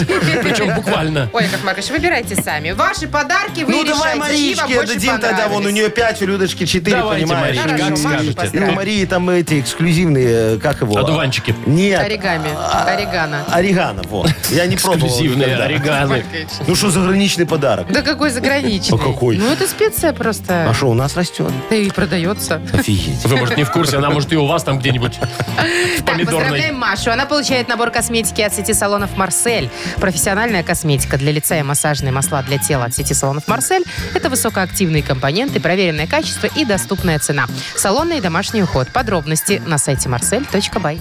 Speaker 2: Причем буквально.
Speaker 3: Ой, как Маркович, выбирайте сами. Ваши подарки вы
Speaker 4: Ну давай
Speaker 3: решайте, чьи вам
Speaker 4: Маричке
Speaker 3: больше
Speaker 4: отдадим тогда, вон у
Speaker 3: понравились.
Speaker 4: нее 5, у Людочки 4,
Speaker 2: Давайте,
Speaker 4: понимаешь?
Speaker 2: Маричка,
Speaker 3: Хорошо,
Speaker 2: как
Speaker 3: Машу
Speaker 2: скажете.
Speaker 4: Ну, у
Speaker 3: поздравим.
Speaker 4: Марии там эти эксклюзивные, э, как его?
Speaker 2: Одуванчики.
Speaker 4: Нет. А,
Speaker 3: Оригами. Орегано.
Speaker 4: Орегано, вот. Я не пробовал.
Speaker 2: Эксклюзивные
Speaker 4: никогда.
Speaker 2: ореганы.
Speaker 4: Ну что, заграничный подарок?
Speaker 3: Да какой заграничный.
Speaker 4: А какой?
Speaker 3: Ну это специя просто.
Speaker 4: А что, у нас растет?
Speaker 3: Да и продается.
Speaker 4: Офигеть.
Speaker 2: Вы, может, не в курсе, она, может, и у вас там где-нибудь в
Speaker 3: Так,
Speaker 2: помидорной.
Speaker 3: поздравляем Машу. Она получает набор косметики от сети салонов «Марсель». Профессиональная косметика для лица и массажные масла для тела от сети салонов «Марсель» — это высокоактивные компоненты, проверенное качество и доступная цена. Салонный и домашний уход. Подробности на сайте marsel.by.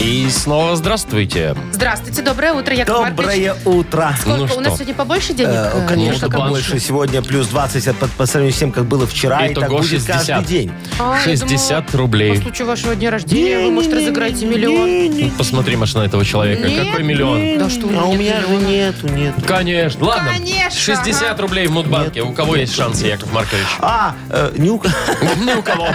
Speaker 2: И снова здравствуйте.
Speaker 3: Здравствуйте, доброе утро, Яков Маркович.
Speaker 4: Доброе утро.
Speaker 3: Сколько?
Speaker 2: Ну
Speaker 3: у нас
Speaker 2: что?
Speaker 3: сегодня побольше денег?
Speaker 4: Э,
Speaker 3: э,
Speaker 4: Конечно,
Speaker 2: ну,
Speaker 4: больше. Сегодня плюс 20 от- по, по сравнению с тем, как было вчера, и,
Speaker 2: Итого
Speaker 4: так будет
Speaker 2: 60.
Speaker 4: каждый день.
Speaker 3: А, я
Speaker 2: 60
Speaker 3: думала,
Speaker 2: рублей. Ну,
Speaker 3: По случаю вашего дня рождения вы, может, разыграете миллион.
Speaker 2: Посмотри, Маша, на этого человека.
Speaker 3: Нет,
Speaker 2: Э, Какой миллион?
Speaker 3: Да что вы,
Speaker 4: А у
Speaker 3: нет
Speaker 4: меня же
Speaker 3: миллиона.
Speaker 4: нету, нету.
Speaker 2: Конечно. Ладно.
Speaker 3: Конечно,
Speaker 2: 60
Speaker 3: ага.
Speaker 2: рублей в Мудбанке. у кого есть шансы, Яков Маркович?
Speaker 4: А, э, нюк.
Speaker 2: Ни у кого.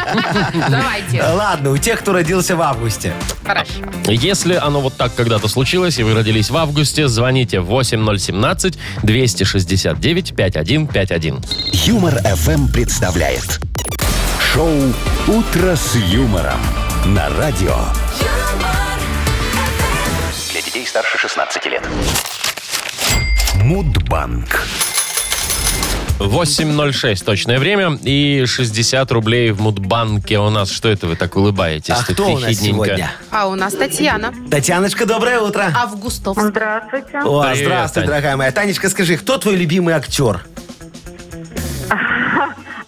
Speaker 3: Давайте.
Speaker 4: Ладно, у тех, кто родился в августе.
Speaker 3: Хорошо.
Speaker 2: Если оно вот так когда-то случилось, и вы родились в августе, звоните 8017-269-5151.
Speaker 1: Юмор ФМ представляет. Шоу Утро с юмором на радио. Для детей старше 16 лет. Мудбанк.
Speaker 2: 8.06 точное время и 60 рублей в Мудбанке у нас. Что это вы так улыбаетесь?
Speaker 4: А
Speaker 2: так
Speaker 4: кто у нас
Speaker 2: ехидненько?
Speaker 4: сегодня?
Speaker 3: А у нас Татьяна.
Speaker 4: Татьяночка, доброе утро.
Speaker 3: Августов.
Speaker 7: Здравствуйте.
Speaker 4: О,
Speaker 2: Привет,
Speaker 4: здравствуй,
Speaker 2: Тань.
Speaker 4: дорогая моя. Танечка, скажи, кто твой любимый актер?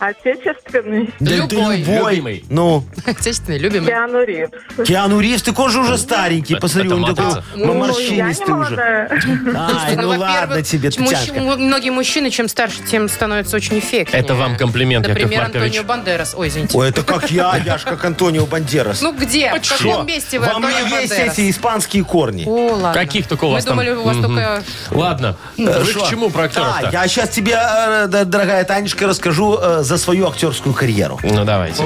Speaker 7: Отечественный
Speaker 4: Да ты
Speaker 3: Любой.
Speaker 2: Любимый.
Speaker 4: Ну,
Speaker 3: Отечественный, любим.
Speaker 7: Киану Ривз. Ну,
Speaker 4: Киану Ривз, ты кожа уже старенький. Посмотри,
Speaker 2: Это
Speaker 4: он такой
Speaker 2: матрица.
Speaker 4: морщинистый уже. Ай, ну ладно тебе, Татьяночка.
Speaker 3: многие мужчины, чем старше, тем становятся очень эффектнее.
Speaker 2: Это вам комплимент, Яков
Speaker 3: Например,
Speaker 2: Маркович.
Speaker 3: Антонио Бандерас. Ой, извините.
Speaker 4: Ой, это как я, я ж как Антонио Бандерас.
Speaker 3: Ну где? В
Speaker 2: Почему?
Speaker 3: каком месте вы,
Speaker 4: Во мне
Speaker 3: Антонио
Speaker 4: есть
Speaker 3: Бандерас?
Speaker 4: эти испанские корни.
Speaker 3: О, ладно.
Speaker 2: Каких только у вас
Speaker 3: Мы
Speaker 2: там?
Speaker 3: думали, у вас
Speaker 2: Мгм.
Speaker 3: только...
Speaker 2: Ладно.
Speaker 4: Э,
Speaker 2: Вы
Speaker 4: шо?
Speaker 2: к чему про актеров-то?
Speaker 4: А, я сейчас тебе, э, д- дорогая Танечка, расскажу э, за свою актерскую карьеру.
Speaker 2: Ну, давайте.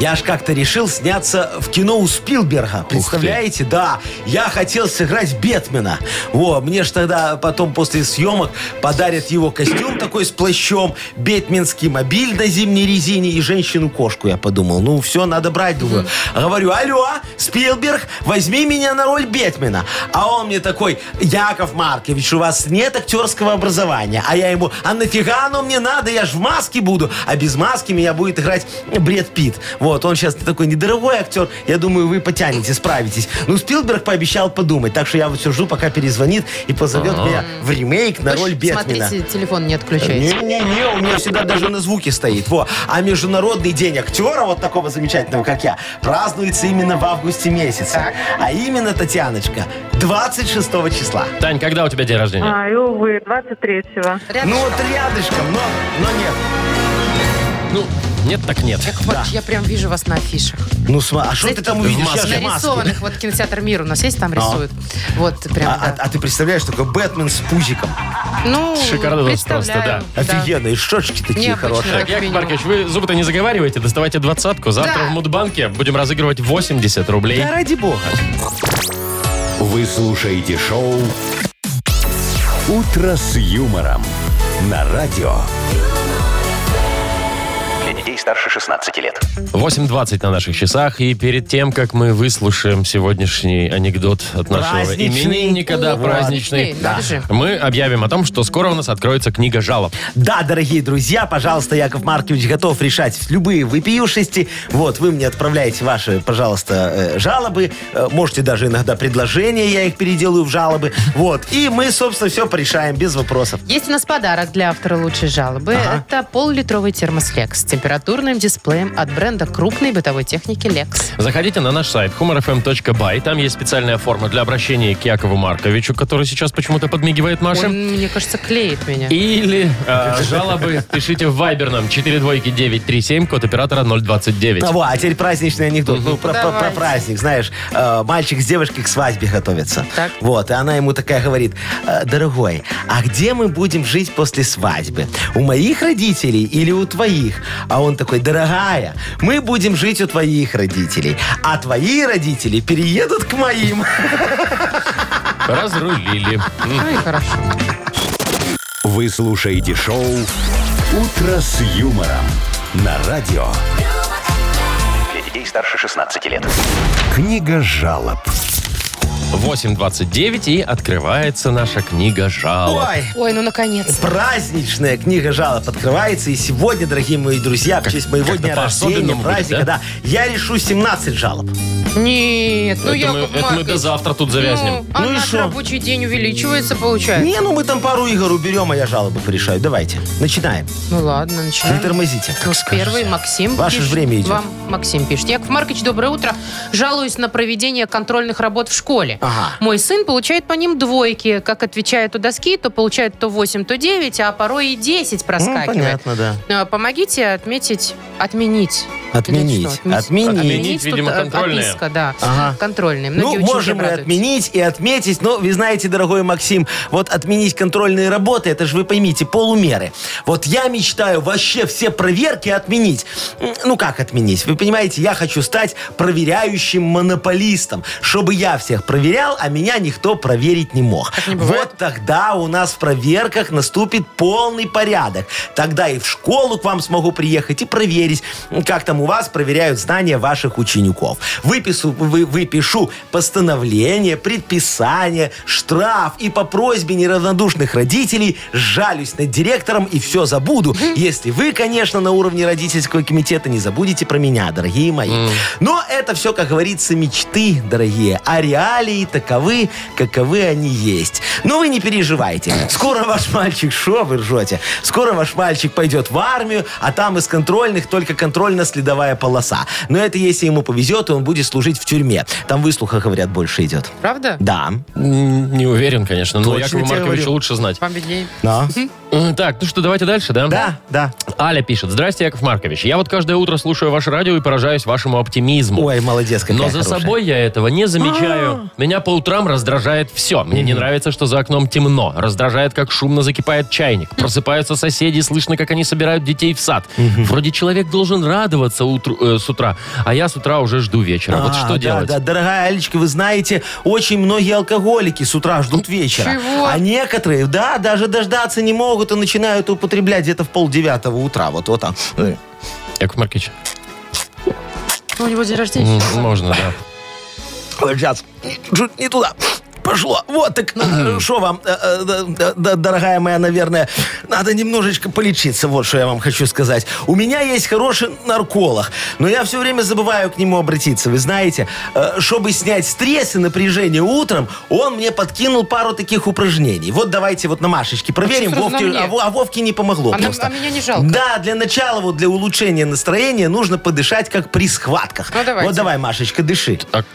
Speaker 4: Я ж как-то решил сняться в кино у Спилберга. Представляете? Да. Я хотел сыграть Бетмена. Во, мне ж тогда потом после съемок подарят его костюм такой с плащом, бетменский мобиль на зимней резине и женщину-кошку, я подумал. Ну, все, надо брать, думаю. Говорю, алло, Спилберг, возьми меня на роль Бетмена. А он мне такой, Яков Маркович, у вас нет актерского образования. А я ему, а нафига оно мне надо? Я ж в маске буду. А без маски меня будет играть Бред Пит. Вот. Вот, он сейчас такой недорогой актер. Я думаю, вы потянете, справитесь. Ну, Спилберг пообещал подумать. Так что я вот все жду, пока перезвонит и позовет меня в ремейк на
Speaker 3: Вы ж
Speaker 4: роль Бетмена.
Speaker 3: Смотрите, телефон не отключайте.
Speaker 4: Не-не-не, у меня всегда даже на звуке стоит. Во. А Международный день актера, вот такого замечательного, как я, празднуется именно в августе месяце. А именно, Татьяночка, 26 числа.
Speaker 2: Тань, когда у тебя день рождения?
Speaker 7: Ай, увы, 23-го.
Speaker 3: Рядом-
Speaker 4: Ну вот рядышком, но, но нет.
Speaker 2: Ну, нет так нет.
Speaker 3: Яков Маркович, я прям вижу вас на афишах.
Speaker 4: Ну, сма- а что ты там увидишь?
Speaker 2: маске.
Speaker 4: Сейчас же маски.
Speaker 3: Нарисованных. Вот кинотеатр «Мир» у нас есть, там рисуют. Вот прям,
Speaker 4: А, а-
Speaker 3: да.
Speaker 4: а ты представляешь, такой Бэтмен с пузиком.
Speaker 3: Ну,
Speaker 2: Шикардос
Speaker 3: представляю.
Speaker 2: просто,
Speaker 4: Офигенно, и шочки такие
Speaker 3: Необычно.
Speaker 4: хорошие.
Speaker 2: Так,
Speaker 3: Как
Speaker 2: Яков
Speaker 3: минимум.
Speaker 2: Маркович, вы зубы-то не заговариваете, доставайте двадцатку. Завтра
Speaker 3: Да.
Speaker 2: в Мудбанке будем разыгрывать 80 рублей.
Speaker 4: Да ради бога.
Speaker 1: Вы слушаете шоу «Утро с юмором» на радио. Для детей старше 16 лет.
Speaker 2: 8.20 на наших часах. И перед тем, как мы выслушаем сегодняшний анекдот от нашего
Speaker 4: Праздничный.
Speaker 2: именинника, да,
Speaker 3: О,
Speaker 2: праздничный,
Speaker 3: праздничный, надо же.
Speaker 2: мы объявим о том, что скоро у нас откроется книга жалоб.
Speaker 4: Да, дорогие друзья, пожалуйста, Яков Маркович готов решать любые выпиюшести. Вот, вы мне отправляете ваши, пожалуйста, э, жалобы. Э, Можете даже иногда предложения, я их переделаю в жалобы. Вот, и мы, собственно, все порешаем без вопросов.
Speaker 3: Есть у нас подарок для автора лучшей жалобы. Это полулитровый термос Lex с температурным дисплеем от бренда крупной бытовой техники Lex.
Speaker 2: Заходите на наш сайт humorfm.by. Там есть специальная форма для обращения к Якову Марковичу, который сейчас почему-то подмигивает Маше.
Speaker 3: Он, мне кажется, клеит меня.
Speaker 2: Или э, жалобы пишите в Viber нам 42937, код оператора 029.
Speaker 4: А, во, а теперь праздничный анекдот. Ну, про, про- про
Speaker 3: Давайте.
Speaker 4: праздник, знаешь, э, мальчик с девушкой к свадьбе готовится.
Speaker 3: Так.
Speaker 4: Вот, и она ему такая говорит, «Э, дорогой, а где мы будем жить после свадьбы? У моих родителей или у твоих? А он такой, дорогая, мы будем жить у твоих родителей, а твои родители переедут к моим.
Speaker 2: Разрулили.
Speaker 3: Ну и хорошо.
Speaker 1: Вы слушаете шоу «Утро с юмором» на радио. Для детей старше 16 лет. Книга жалоб.
Speaker 2: 8.29 и открывается наша книга жалоб.
Speaker 4: Ой,
Speaker 3: Ой, ну наконец.
Speaker 4: праздничная книга жалоб открывается. И сегодня, дорогие мои друзья, в честь моего
Speaker 2: как-то
Speaker 4: дня рождения,
Speaker 2: по-особенному будет,
Speaker 4: праздника,
Speaker 2: да?
Speaker 4: да, я решу 17 жалоб.
Speaker 3: Нет, ну
Speaker 2: это,
Speaker 3: я
Speaker 2: мы, это мы до завтра тут завязнем.
Speaker 3: Ну, а
Speaker 4: Ну и
Speaker 3: наш
Speaker 4: шо?
Speaker 3: рабочий день увеличивается, получается.
Speaker 4: Не, ну мы там пару игр уберем, а я жалобы порешаю. Давайте, начинаем.
Speaker 3: Ну ладно,
Speaker 4: Не
Speaker 3: начинаем.
Speaker 4: тормозите.
Speaker 3: Ну, первый Максим
Speaker 4: Ваше ж
Speaker 3: пишет
Speaker 4: время идет.
Speaker 3: Вам Максим пишет. Яков Маркович, доброе утро. Жалуюсь на проведение контрольных работ в школе.
Speaker 4: Ага.
Speaker 3: Мой сын получает по ним двойки. Как отвечает у доски, то получает то 8, то 9, а порой и 10 проскакивает.
Speaker 4: Ну, понятно, да.
Speaker 3: Э, Помогите отметить, отменить.
Speaker 4: Отменить.
Speaker 3: Или что,
Speaker 4: Отменить.
Speaker 2: Отменить, видимо,
Speaker 3: тут, э,
Speaker 2: контрольные.
Speaker 3: отписка, да.
Speaker 4: Ага.
Speaker 3: Контрольные. Многие
Speaker 4: Ну,
Speaker 3: ученики
Speaker 4: можем и
Speaker 3: радуются.
Speaker 4: отменить, и отметить. Но, вы знаете, дорогой Максим, вот отменить контрольные работы, это же, вы поймите, полумеры. Вот я мечтаю вообще все проверки отменить. М, Ну, как отменить? Вы понимаете, я хочу стать проверяющим монополистом, чтобы я всех проверял, а меня никто проверить не мог. вот тогда у нас в проверках наступит полный порядок. Тогда и в школу к вам смогу приехать и проверить, м, как там у вас проверяют знания ваших учеников. Выпису, вы, выпишу постановление, предписание, штраф и по просьбе неравнодушных родителей жалюсь над директором и все забуду, если вы, конечно, на уровне родительского комитета не забудете про меня, дорогие мои. Но это все, как говорится, мечты, дорогие, а реалии таковы, каковы они есть. Но вы не переживайте. Скоро ваш мальчик, шо вы ржете? Скоро ваш мальчик пойдет в армию, а там из контрольных только контрольно-следовая полоса. Но это если ему повезет, и он будет служить в тюрьме. Там выслуха, говорят, больше идет.
Speaker 3: Правда?
Speaker 4: Да.
Speaker 2: М, Не уверен, конечно, но
Speaker 4: Точно
Speaker 2: Якову
Speaker 4: тебе
Speaker 2: Марковичу
Speaker 4: говорю.
Speaker 2: лучше знать.
Speaker 3: Вам виднее.
Speaker 4: Да.
Speaker 2: М, Так, ну что, давайте дальше, да?
Speaker 4: Да, да.
Speaker 2: Аля пишет. Здрасте, Яков Маркович. Я вот каждое утро слушаю ваше радио и поражаюсь вашему оптимизму.
Speaker 4: Ой, молодец, какая
Speaker 2: Но за
Speaker 4: хорошая. А.
Speaker 2: собой я этого не замечаю. Меня по утрам раздражает все. Мне не нравится, что за окном темно. Раздражает, как шумно закипает чайник. Просыпаются соседи, слышно, как они собирают детей в сад. Вроде человек должен радоваться утру- э, с утра, а я с утра уже жду вечера. вот
Speaker 4: А,
Speaker 2: что
Speaker 4: да,
Speaker 2: делать?
Speaker 4: Да, дорогая Алечка, вы знаете, очень многие алкоголики с утра ждут вечера.
Speaker 3: Чего?
Speaker 4: А некоторые, да, даже дождаться не могут и начинают употреблять где-то в полдевятого утра. Вот, вот так. Э.
Speaker 2: Яков Маркович,
Speaker 3: Ну, у него день рождения.
Speaker 2: м, можно, да.
Speaker 4: Ой, Сейчас. Чуть не туда. пошло. Вот так, что вам, э, э, д- д- дорогая моя, наверное, надо немножечко полечиться, вот что я вам хочу сказать. У меня есть хороший нарколог, но я все время забываю к нему обратиться, вы знаете. Э, Чтобы снять стресс и напряжение утром, он мне подкинул пару таких упражнений. Вот давайте вот на Машечке проверим,
Speaker 3: чё сразу на
Speaker 4: Вовке-
Speaker 3: мне?
Speaker 4: а, Во- а Вовке не помогло
Speaker 3: А нам-
Speaker 4: просто.
Speaker 3: а меня не жалко.
Speaker 4: Да, для начала, вот для улучшения настроения нужно подышать, как при схватках.
Speaker 3: Ну, давайте.
Speaker 4: Вот давай, Машечка, дыши.
Speaker 2: Так.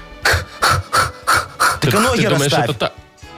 Speaker 4: Так
Speaker 2: Ты-
Speaker 4: ноги
Speaker 2: ты думаешь,
Speaker 4: расставь.
Speaker 2: это так?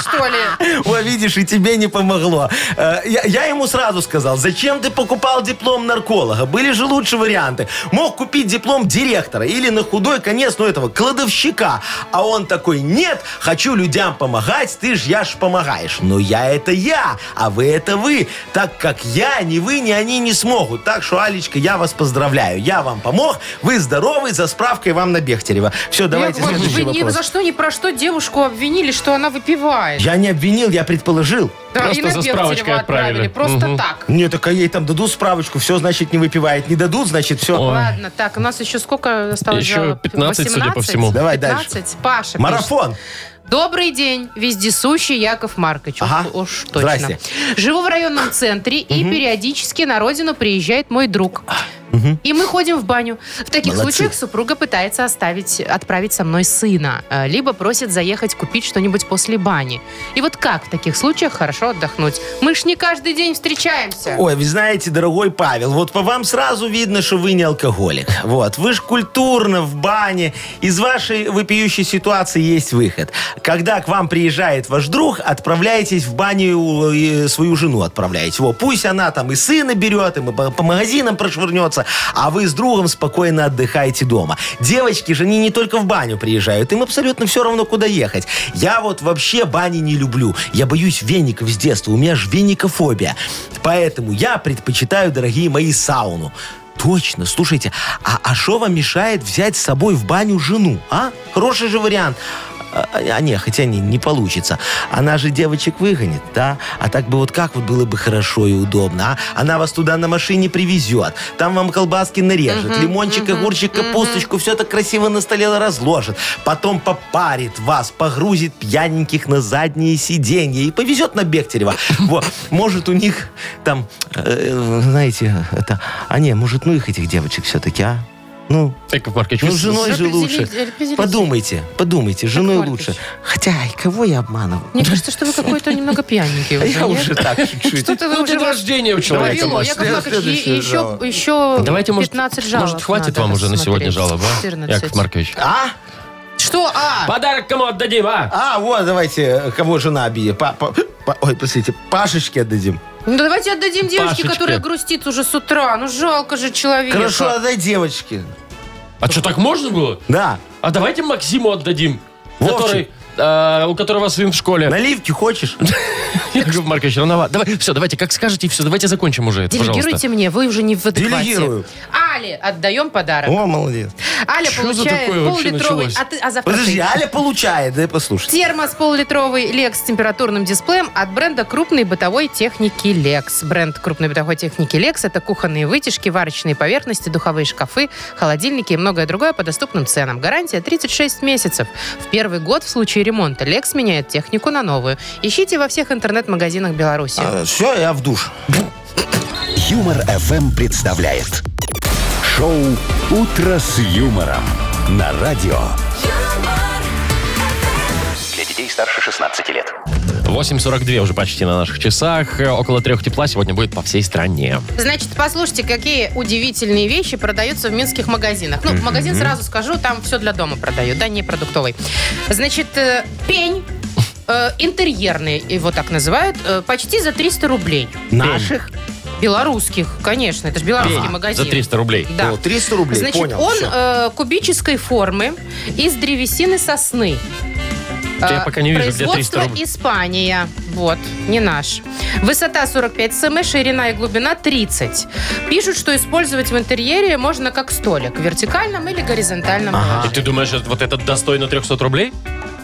Speaker 3: Что ли?
Speaker 4: О, видишь, и тебе не помогло. Э, Я, я ему сразу сказал, зачем ты покупал диплом нарколога? Были же лучшие варианты. Мог купить диплом директора или на худой конец, ну, этого, кладовщика. А он такой, нет, хочу людям помогать, ты ж, я ж помогаешь. Но я это я, а вы это вы. Так как я, ни вы, ни они не смогут. Так что, Алечка, я вас поздравляю. Я вам помог, вы здоровы, за справкой вам на Бехтерева. Все, давайте
Speaker 3: Яков Маркович,
Speaker 4: следующий
Speaker 3: вы ни
Speaker 4: вопрос.
Speaker 3: за что, ни про что девушку обвинили, что она выпивает.
Speaker 4: Я не обвинил, я предположил.
Speaker 3: Да,
Speaker 2: Просто
Speaker 3: и на
Speaker 2: за
Speaker 3: Бехтерева
Speaker 2: справочкой отправили.
Speaker 3: Просто
Speaker 2: Мгм.
Speaker 3: так.
Speaker 4: Не, так а ей там дадут справочку, все, значит, не выпивает. Не дадут, значит, все.
Speaker 2: Ой.
Speaker 3: Ладно, так, у нас еще сколько осталось?
Speaker 2: Еще
Speaker 3: жалоб?
Speaker 2: 15, судя по
Speaker 3: 18?
Speaker 2: всему.
Speaker 4: Давай
Speaker 3: 15? Паша.
Speaker 4: Марафон.
Speaker 3: пишет. Добрый день, вездесущий Яков Маркович. Уж-
Speaker 4: Ага.
Speaker 3: Уж точно.
Speaker 4: Здрасте.
Speaker 3: Живу в районном центре, и периодически на родину приезжает мой друг. И мы ходим в баню. В таких
Speaker 4: Молодцы.
Speaker 3: случаях супруга пытается оставить, отправить со мной сына, э, либо просит заехать купить что-нибудь после бани. И вот как в таких случаях хорошо отдохнуть? Мы ж не каждый день встречаемся.
Speaker 4: Ой, вы знаете, дорогой Павел, вот по вам сразу видно, что вы не алкоголик. Вот, вы ж культурно в бане. Из вашей выпиющей ситуации есть выход. Когда к вам приезжает ваш друг, отправляйтесь в баню э, свою жену отправляете. Вот, пусть она там и сына берет, и по, по магазинам прошвырнется, а вы с другом спокойно отдыхаете дома. Девочки же, они не только в баню приезжают, им абсолютно все равно, куда ехать. Я вот вообще бани не люблю. Я боюсь веников с детства, у меня же веникофобия. Поэтому я предпочитаю, дорогие мои, сауну. Точно, слушайте, а что вам мешает взять с собой в баню жену, а? Хороший же вариант. А, а, не, хотя не, не получится. Она же девочек выгонит, да? А так бы вот как вот было бы хорошо и удобно, а? Она вас туда на машине привезет, там вам колбаски нарежет, лимончик, огурчик, капусточку, все так красиво на столе разложит. Потом попарит вас, погрузит пьяненьких на задние сиденья и повезет на Бехтерева. Вот. Может, у них там, э, знаете, это... А не, может, ну их этих девочек все-таки, а? Ну,
Speaker 2: Яков Маркович,
Speaker 4: ну,
Speaker 2: вы
Speaker 4: с женой э, же
Speaker 3: Определите-
Speaker 4: лучше.
Speaker 3: определите.
Speaker 4: Подумайте, подумайте, с женой
Speaker 3: Маркович.
Speaker 4: лучше. Хотя, и кого я обманываю?
Speaker 3: Мне кажется, что вы какой-то немного пьяненький уже,
Speaker 4: Я
Speaker 3: нет?
Speaker 4: уже так чуть-чуть.
Speaker 3: Что-то вы
Speaker 2: Ну,
Speaker 3: уже
Speaker 2: день
Speaker 3: вас
Speaker 2: рождения у человека,
Speaker 3: повело.
Speaker 2: Маша.
Speaker 3: Яков Маркович,
Speaker 4: Следующая
Speaker 3: и- еще,
Speaker 4: жалоба.
Speaker 3: еще
Speaker 2: Давайте, может,
Speaker 3: 15 жалоб
Speaker 2: может хватит
Speaker 3: надо
Speaker 2: вам уже на сегодня
Speaker 3: рассмотреть.
Speaker 2: жалоб, а?
Speaker 3: 14.
Speaker 2: Яков Маркович.
Speaker 4: А?
Speaker 3: Что? А,
Speaker 2: Подарок кому отдадим, а?
Speaker 4: А, вот, давайте, кого жена обидит. Па- па- па- ой, простите, Пашечке отдадим.
Speaker 3: ну давайте отдадим девочке,
Speaker 2: Пашечке.
Speaker 3: которая грустит уже с утра. Ну жалко же человека.
Speaker 4: Хорошо, отдай девочке.
Speaker 2: А что, так можно было?
Speaker 4: Да.
Speaker 2: А давайте Максиму отдадим.
Speaker 4: Вовчик.
Speaker 2: Который, э, у которого сын в школе.
Speaker 4: Наливки хочешь?
Speaker 2: Яков Маркович, рановато. Давай, все, давайте, как скажете, все, давайте закончим уже это, пожалуйста.
Speaker 3: Делегируйте мне, вы уже не в адеквате.
Speaker 4: Делегирую.
Speaker 3: Але, отдаем подарок.
Speaker 4: О, молодец.
Speaker 3: Аля
Speaker 2: Что за
Speaker 3: получает
Speaker 2: такое вообще
Speaker 3: пол-литровый...
Speaker 2: началось?
Speaker 3: А, ты- а завтра
Speaker 4: Подожди,
Speaker 3: ты.
Speaker 4: Аля получает, дай послушать.
Speaker 3: Термос полулитровый Lex с температурным дисплеем от бренда крупной бытовой техники Lex. Бренд крупной бытовой техники Lex это кухонные вытяжки, варочные поверхности, духовые шкафы, холодильники и многое другое по доступным ценам. Гарантия 36 месяцев. В первый год в случае ремонта Lex меняет технику на новую. Ищите во всех интернет-магазинах Беларуси.
Speaker 4: Все, А, я в душ.
Speaker 1: Юмор FM представляет шоу Утро с юмором на радио.
Speaker 8: Для детей старше 16 лет.
Speaker 2: 8.42 уже почти на наших часах. Э, Около трех тепла сегодня будет по всей стране.
Speaker 3: Значит, послушайте, какие удивительные вещи продаются в минских магазинах. Ну, магазин сразу скажу, там все для дома продают, да, не продуктовый. Значит, э, пень э, интерьерный, его так называют, э, почти за 300 рублей.
Speaker 4: Наших?
Speaker 3: Белорусских, конечно, это же белорусский
Speaker 2: Пень,
Speaker 3: магазин.
Speaker 2: А, За 300 рублей.
Speaker 3: Да.
Speaker 4: О, 300 рублей,
Speaker 3: Значит,
Speaker 4: понял.
Speaker 3: он
Speaker 4: всё.
Speaker 3: э, кубической формы из древесины сосны.
Speaker 2: Я
Speaker 3: Э,
Speaker 2: пока не вижу, где 300
Speaker 3: Производство
Speaker 2: рублей.
Speaker 3: Испания. Вот, не наш. Высота 45 см, ширина и глубина 30. Пишут, что использовать в интерьере можно как столик. В вертикальном или горизонтальном
Speaker 2: И
Speaker 3: положении.
Speaker 2: ты думаешь, это- вот этот достойно 300 рублей?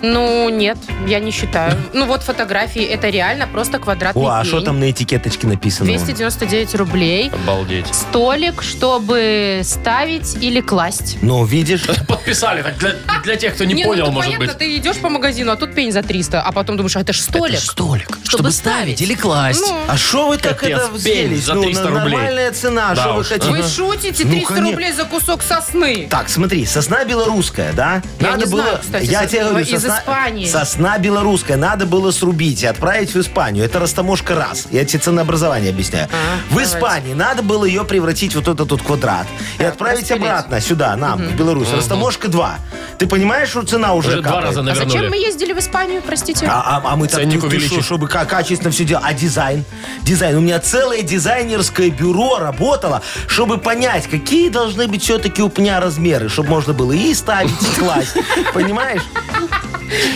Speaker 3: Ну, нет, я не считаю. Ну, вот фотографии, это реально просто квадратный
Speaker 4: О, а
Speaker 3: день.
Speaker 4: что там на этикеточке написано?
Speaker 3: 299 рублей.
Speaker 2: Обалдеть.
Speaker 3: Столик, чтобы ставить или класть.
Speaker 4: Ну, видишь?
Speaker 2: Подписали так, для, для тех, кто не,
Speaker 3: ну,
Speaker 2: понял,
Speaker 3: тут
Speaker 2: может
Speaker 3: понятно,
Speaker 2: быть.
Speaker 3: ты идешь по магазину, а тут пень за 300, а потом думаешь, а это ж столик.
Speaker 2: столик,
Speaker 3: чтобы ставить.
Speaker 2: или класть.
Speaker 3: Ну.
Speaker 4: А что вы так
Speaker 2: Капец,
Speaker 4: это
Speaker 2: пень
Speaker 4: взялись?
Speaker 2: за
Speaker 4: Ну,
Speaker 2: 300 рублей.
Speaker 4: нормальная цена,
Speaker 2: Да
Speaker 4: что вы
Speaker 2: уж.
Speaker 4: хотите?
Speaker 3: Вы шутите?
Speaker 4: Ну,
Speaker 3: 300
Speaker 4: конечно.
Speaker 3: рублей за кусок сосны.
Speaker 4: Так, смотри, сосна белорусская, да?
Speaker 3: Я не знаю, кстати,
Speaker 4: я
Speaker 3: сос-
Speaker 4: тебе говорю,
Speaker 3: из
Speaker 4: сосна...
Speaker 3: Испании.
Speaker 4: Сосна белорусская, надо было срубить и отправить в Испанию. Это растаможка раз. Я тебе ценообразование объясняю.
Speaker 3: А,
Speaker 4: в
Speaker 3: давайте.
Speaker 4: Испании надо было ее превратить вот этот вот квадрат и отправить
Speaker 3: распилить.
Speaker 4: обратно сюда, нам, в Беларусь. Растаможка два. Ты понимаешь, что цена уже,
Speaker 2: Уже два
Speaker 4: капает?
Speaker 2: раза
Speaker 3: А
Speaker 2: навернули.
Speaker 3: зачем мы ездили в Испанию, простите?
Speaker 4: А, а- а мы так
Speaker 2: Ценник
Speaker 4: ты- ты
Speaker 2: увеличить.
Speaker 4: шо, чтобы ка- качественно все делать. А дизайн? Дизайн. У меня целое дизайнерское бюро работало, чтобы понять, какие должны быть все-таки у пня размеры, чтобы можно было и ставить, и класть. Понимаешь?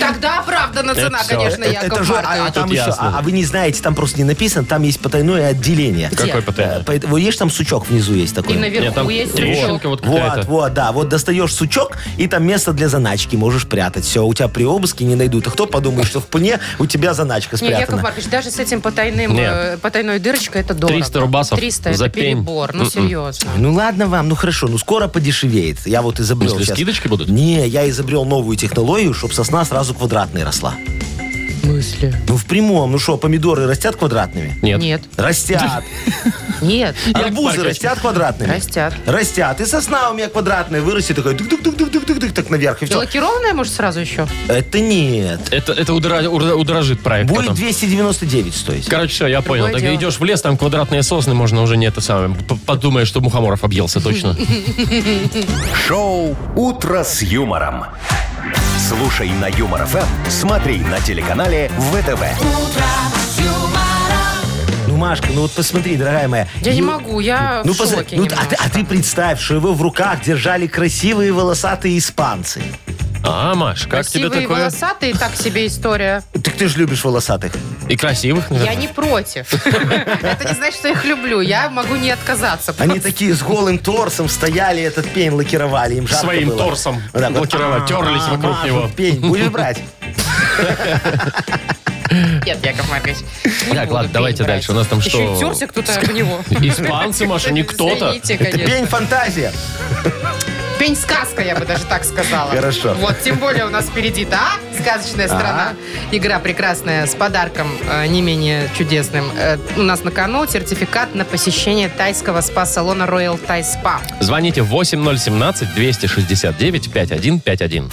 Speaker 3: Тогда оправдана цена,
Speaker 2: всё.
Speaker 3: конечно,
Speaker 4: Это-
Speaker 3: Яков
Speaker 4: это же- а- а
Speaker 3: Маркович.
Speaker 4: там
Speaker 2: Тут
Speaker 4: еще-
Speaker 2: ясно.
Speaker 4: а- а вы не знаете, там просто не написано, там есть потайное отделение.
Speaker 3: Где?
Speaker 2: Какой потайной?
Speaker 4: Э, поэт- Вот есть там сучок внизу есть
Speaker 3: И
Speaker 4: такой?
Speaker 2: Нет,
Speaker 3: наверху
Speaker 2: там
Speaker 3: есть
Speaker 2: трещинка
Speaker 3: сучок.
Speaker 2: вот
Speaker 4: Вот,
Speaker 2: какая-то.
Speaker 4: вот, да. Вот достаешь сучок, и там место для заначки можешь прятать. Все, у тебя при обыске не найдут. А кто подумает, что в пне у тебя заначка
Speaker 3: Не, Яков
Speaker 4: спрятана?
Speaker 3: Маркович, даже с этим потайным,
Speaker 2: Нет.
Speaker 3: э, потайной дырочкой это дорого.
Speaker 2: 300 рубасов
Speaker 3: 300
Speaker 2: за
Speaker 3: это
Speaker 2: пень.
Speaker 3: перебор, ну серьезно.
Speaker 4: Ну ладно вам, ну хорошо, ну скоро подешевеет. Я вот изобрел
Speaker 2: В смысле,
Speaker 4: щас-
Speaker 2: скидочки будут?
Speaker 4: Не, я изобрел новую технологию, чтобы сосна сразу квадратной росла.
Speaker 3: В смысле?
Speaker 4: Ну в прямом, ну что, помидоры растят квадратными?
Speaker 2: Нет.
Speaker 3: Нет.
Speaker 4: Растят.
Speaker 3: Нет.
Speaker 4: Арбузы
Speaker 2: Маркович.
Speaker 4: растят квадратными?
Speaker 3: Растят.
Speaker 4: Растят. И сосна у меня квадратная вырастет, такой дук-дук-дук-дук-дук-дук, так наверх, и
Speaker 3: И
Speaker 4: все.
Speaker 3: лакированная, может, сразу еще?
Speaker 4: Это нет.
Speaker 2: Это, это удра- удра- удорожит проект
Speaker 4: Будет
Speaker 2: Э, потом.
Speaker 4: 299 стоить.
Speaker 2: Короче, все, я понял. Так
Speaker 3: дело.
Speaker 2: идешь в лес, там квадратные сосны, можно уже не это самое. П- Подумаешь, что Мухоморов объелся точно.
Speaker 1: Шоу «Утро с юмором». Слушай на Юмор ФМ, смотри на телеканале ВТВ.
Speaker 4: Ну, Машка, ну вот посмотри, дорогая моя.
Speaker 3: Я не
Speaker 4: Ю-
Speaker 3: могу, я
Speaker 4: Ну,
Speaker 3: в
Speaker 4: поза-
Speaker 3: шоке
Speaker 4: ну, а,
Speaker 3: немножко.
Speaker 4: ты, а ты представь, что его в руках держали красивые волосатые испанцы.
Speaker 2: А, Маш, как тебе
Speaker 3: Красивые
Speaker 2: такое?
Speaker 3: волосатые, так себе история.
Speaker 4: Так ты же любишь волосатых.
Speaker 2: И красивых,
Speaker 3: Я
Speaker 2: наверное.
Speaker 3: не против. Это не значит, что я их люблю. Я могу не отказаться.
Speaker 4: Они такие с голым торсом стояли, этот пень лакировали. Им жарко
Speaker 2: Своим
Speaker 4: было.
Speaker 2: торсом
Speaker 4: Вот так вот.
Speaker 2: лакировали, терлись
Speaker 4: А,
Speaker 2: вокруг
Speaker 4: Маша,
Speaker 2: него.
Speaker 4: Пень, будешь брать?
Speaker 3: Нет, Яков Маркович. не
Speaker 2: Так,
Speaker 3: буду
Speaker 2: ладно, давайте
Speaker 3: перебирать.
Speaker 2: дальше. У нас там что?
Speaker 3: Еще и терся кто-то об него.
Speaker 2: Испанцы, Маша, не кто-то.
Speaker 3: Извините,
Speaker 4: Это
Speaker 3: конечно.
Speaker 4: пень фантазия.
Speaker 3: Пень-сказка, я бы даже так сказала.
Speaker 4: Хорошо.
Speaker 3: Вот, тем более у нас впереди, да? Сказочная страна. Игра прекрасная, с подарком э, не менее чудесным. Э, У нас на кону сертификат на посещение тайского спа-салона Royal Thai Spa.
Speaker 2: Звоните 8017-269-5151.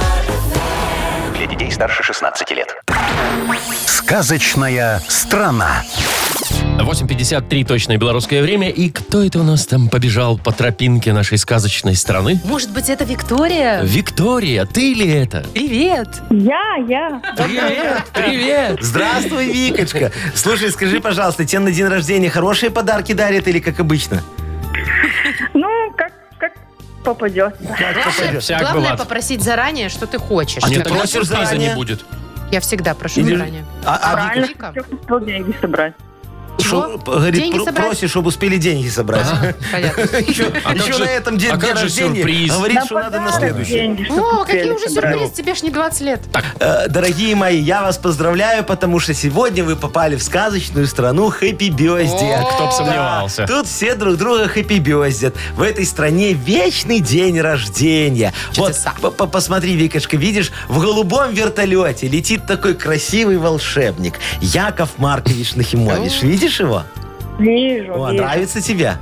Speaker 8: Для детей старше 16 лет.
Speaker 1: «Сказочная страна».
Speaker 2: 8.53 точное белорусское время. И кто это у нас там побежал по тропинке нашей сказочной страны?
Speaker 9: Может быть, это
Speaker 2: Э,
Speaker 9: Виктория?
Speaker 2: Виктория, ты ли это?
Speaker 9: Привет!
Speaker 6: Я, я.
Speaker 2: Привет, привет.
Speaker 4: Здравствуй, Викочка. Слушай, скажи, пожалуйста, тебе на день рождения хорошие подарки дарят или как обычно?
Speaker 6: Ну, как, как попадется.
Speaker 4: Как
Speaker 3: Главное,
Speaker 4: попадет?
Speaker 2: всяк
Speaker 3: главное
Speaker 2: бывает.
Speaker 3: попросить заранее, что ты хочешь.
Speaker 4: А ты
Speaker 2: Нет,
Speaker 4: тогда
Speaker 2: тогда
Speaker 4: просишь
Speaker 2: сюрприза
Speaker 4: заранее?
Speaker 2: не будет.
Speaker 3: Я всегда прошу
Speaker 4: Или-
Speaker 3: заранее.
Speaker 4: А- а Вика
Speaker 6: Правильно,
Speaker 3: Вика.
Speaker 6: хочу, успел деньги собрать.
Speaker 4: Шо,
Speaker 3: Чего?
Speaker 4: п- говорит,
Speaker 3: Деньги
Speaker 4: про-
Speaker 3: собрать?
Speaker 4: просишь, чтобы успели деньги собрать.
Speaker 3: Понятно.
Speaker 4: Еще,
Speaker 2: А как
Speaker 4: еще
Speaker 2: же-
Speaker 4: на этом день,
Speaker 2: а
Speaker 4: день
Speaker 2: как же
Speaker 4: рождения
Speaker 2: сюрприз?
Speaker 4: говорит, что надо на следующий.
Speaker 6: Деньги, чтоб
Speaker 3: О,
Speaker 6: успели
Speaker 3: Ну, какие уже
Speaker 6: собрать.
Speaker 3: сюрпризы, тебе ж не 20 лет.
Speaker 4: Э, Дорогие мои, я вас поздравляю, потому что сегодня вы попали в сказочную страну Хэппи Бездия.
Speaker 2: Кто бы сомневался.
Speaker 4: Тут все друг друга хэппи бездят. В этой стране вечный день рождения.
Speaker 3: Чудеса.
Speaker 4: Вот, п- п- посмотри, Викочка, видишь, в голубом вертолете летит такой красивый волшебник. Яков Маркович
Speaker 2: Ну,
Speaker 4: Нахимович. Видишь его?
Speaker 6: Вижу,
Speaker 4: О,
Speaker 6: вижу.
Speaker 4: нравится тебе?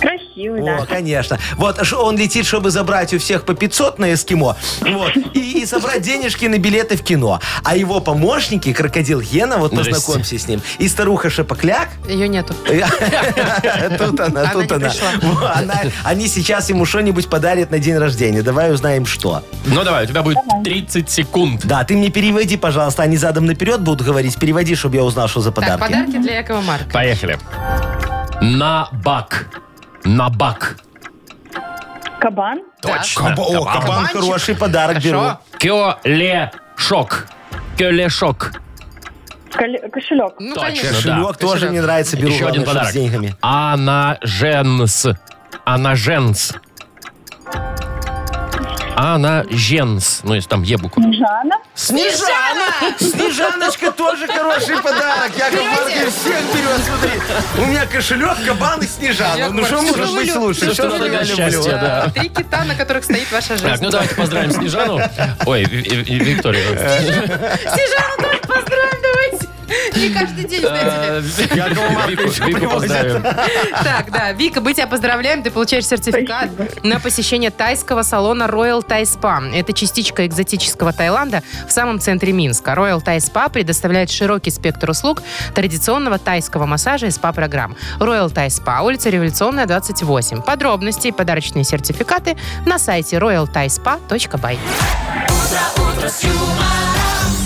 Speaker 6: Красивый,
Speaker 4: О,
Speaker 6: да.
Speaker 4: конечно. Вот ш- он летит, чтобы забрать у всех по 500 на эскимо. Вот. И, и собрать денежки на билеты в кино. А его помощники, крокодил Гена, вот
Speaker 2: Здрасте.
Speaker 4: познакомься с ним, и старуха Шапокляк,
Speaker 3: Ее нету.
Speaker 4: Тут она,
Speaker 3: Она
Speaker 4: тут
Speaker 3: не
Speaker 4: она.
Speaker 3: пришла.
Speaker 4: Во, она- Они сейчас ему что-нибудь подарят на день рождения. Давай узнаем, что.
Speaker 2: Ну давай, у тебя будет 30 секунд.
Speaker 4: Да, ты мне переводи, пожалуйста. Они задом наперед будут говорить. Переводи, чтобы я узнал, что за
Speaker 3: Так,
Speaker 4: подарки.
Speaker 3: подарки для Якова Марка.
Speaker 2: Поехали. На бак. На бак.
Speaker 6: Кабан,
Speaker 2: Точно.
Speaker 4: Каба- О, кабан
Speaker 3: Кабанчик.
Speaker 4: хороший подарок беру.
Speaker 3: Хорошо.
Speaker 2: Кёлешок. Кёлешок.
Speaker 6: Кол- кошелек.
Speaker 3: Ну,
Speaker 2: Точно,
Speaker 3: конечно.
Speaker 4: Кошелек
Speaker 2: да.
Speaker 4: тоже
Speaker 3: Кошелек.
Speaker 4: не нравится. Беру
Speaker 2: Еще один
Speaker 4: главное, чтобы
Speaker 2: подарок.
Speaker 4: с деньгами.
Speaker 2: Анаженс. Анаженс. Анаженс. Ну, если там Е буква.
Speaker 6: Жанна.
Speaker 4: Снежана! Снежаночка тоже хороший подарок. Яков Маркович всех берет, смотри. У меня кошелек, кабан и Снежана.
Speaker 3: Яков
Speaker 4: Ну что
Speaker 3: Маркович,
Speaker 4: может
Speaker 3: ну,
Speaker 4: быть
Speaker 3: люблю.
Speaker 4: лучше?
Speaker 2: Всё,
Speaker 4: Что
Speaker 2: что надо
Speaker 4: же я
Speaker 2: для
Speaker 4: люблю? а?
Speaker 2: счастья, да.
Speaker 3: Три кита, на которых стоит ваша жизнь.
Speaker 2: Так, ну давайте поздравим Снежану. Ой, Ви- Ви- Викторию.
Speaker 3: Снежану тоже поздравь, ну, давайте. Не каждый день, знаете ли.
Speaker 2: Э, Вику Вику поздравим.
Speaker 3: Так, да. Вика, мы тебя поздравляем. Ты получаешь сертификат на посещение тайского салона Royal Thai Spa. Это частичка экзотического Таиланда в самом центре Минска. Royal Thai Spa предоставляет широкий спектр услуг традиционного тайского массажа и спа-программ. Royal Thai Spa, улица Революционная, 28. Подробности и подарочные сертификаты на сайте royalthaispa.by.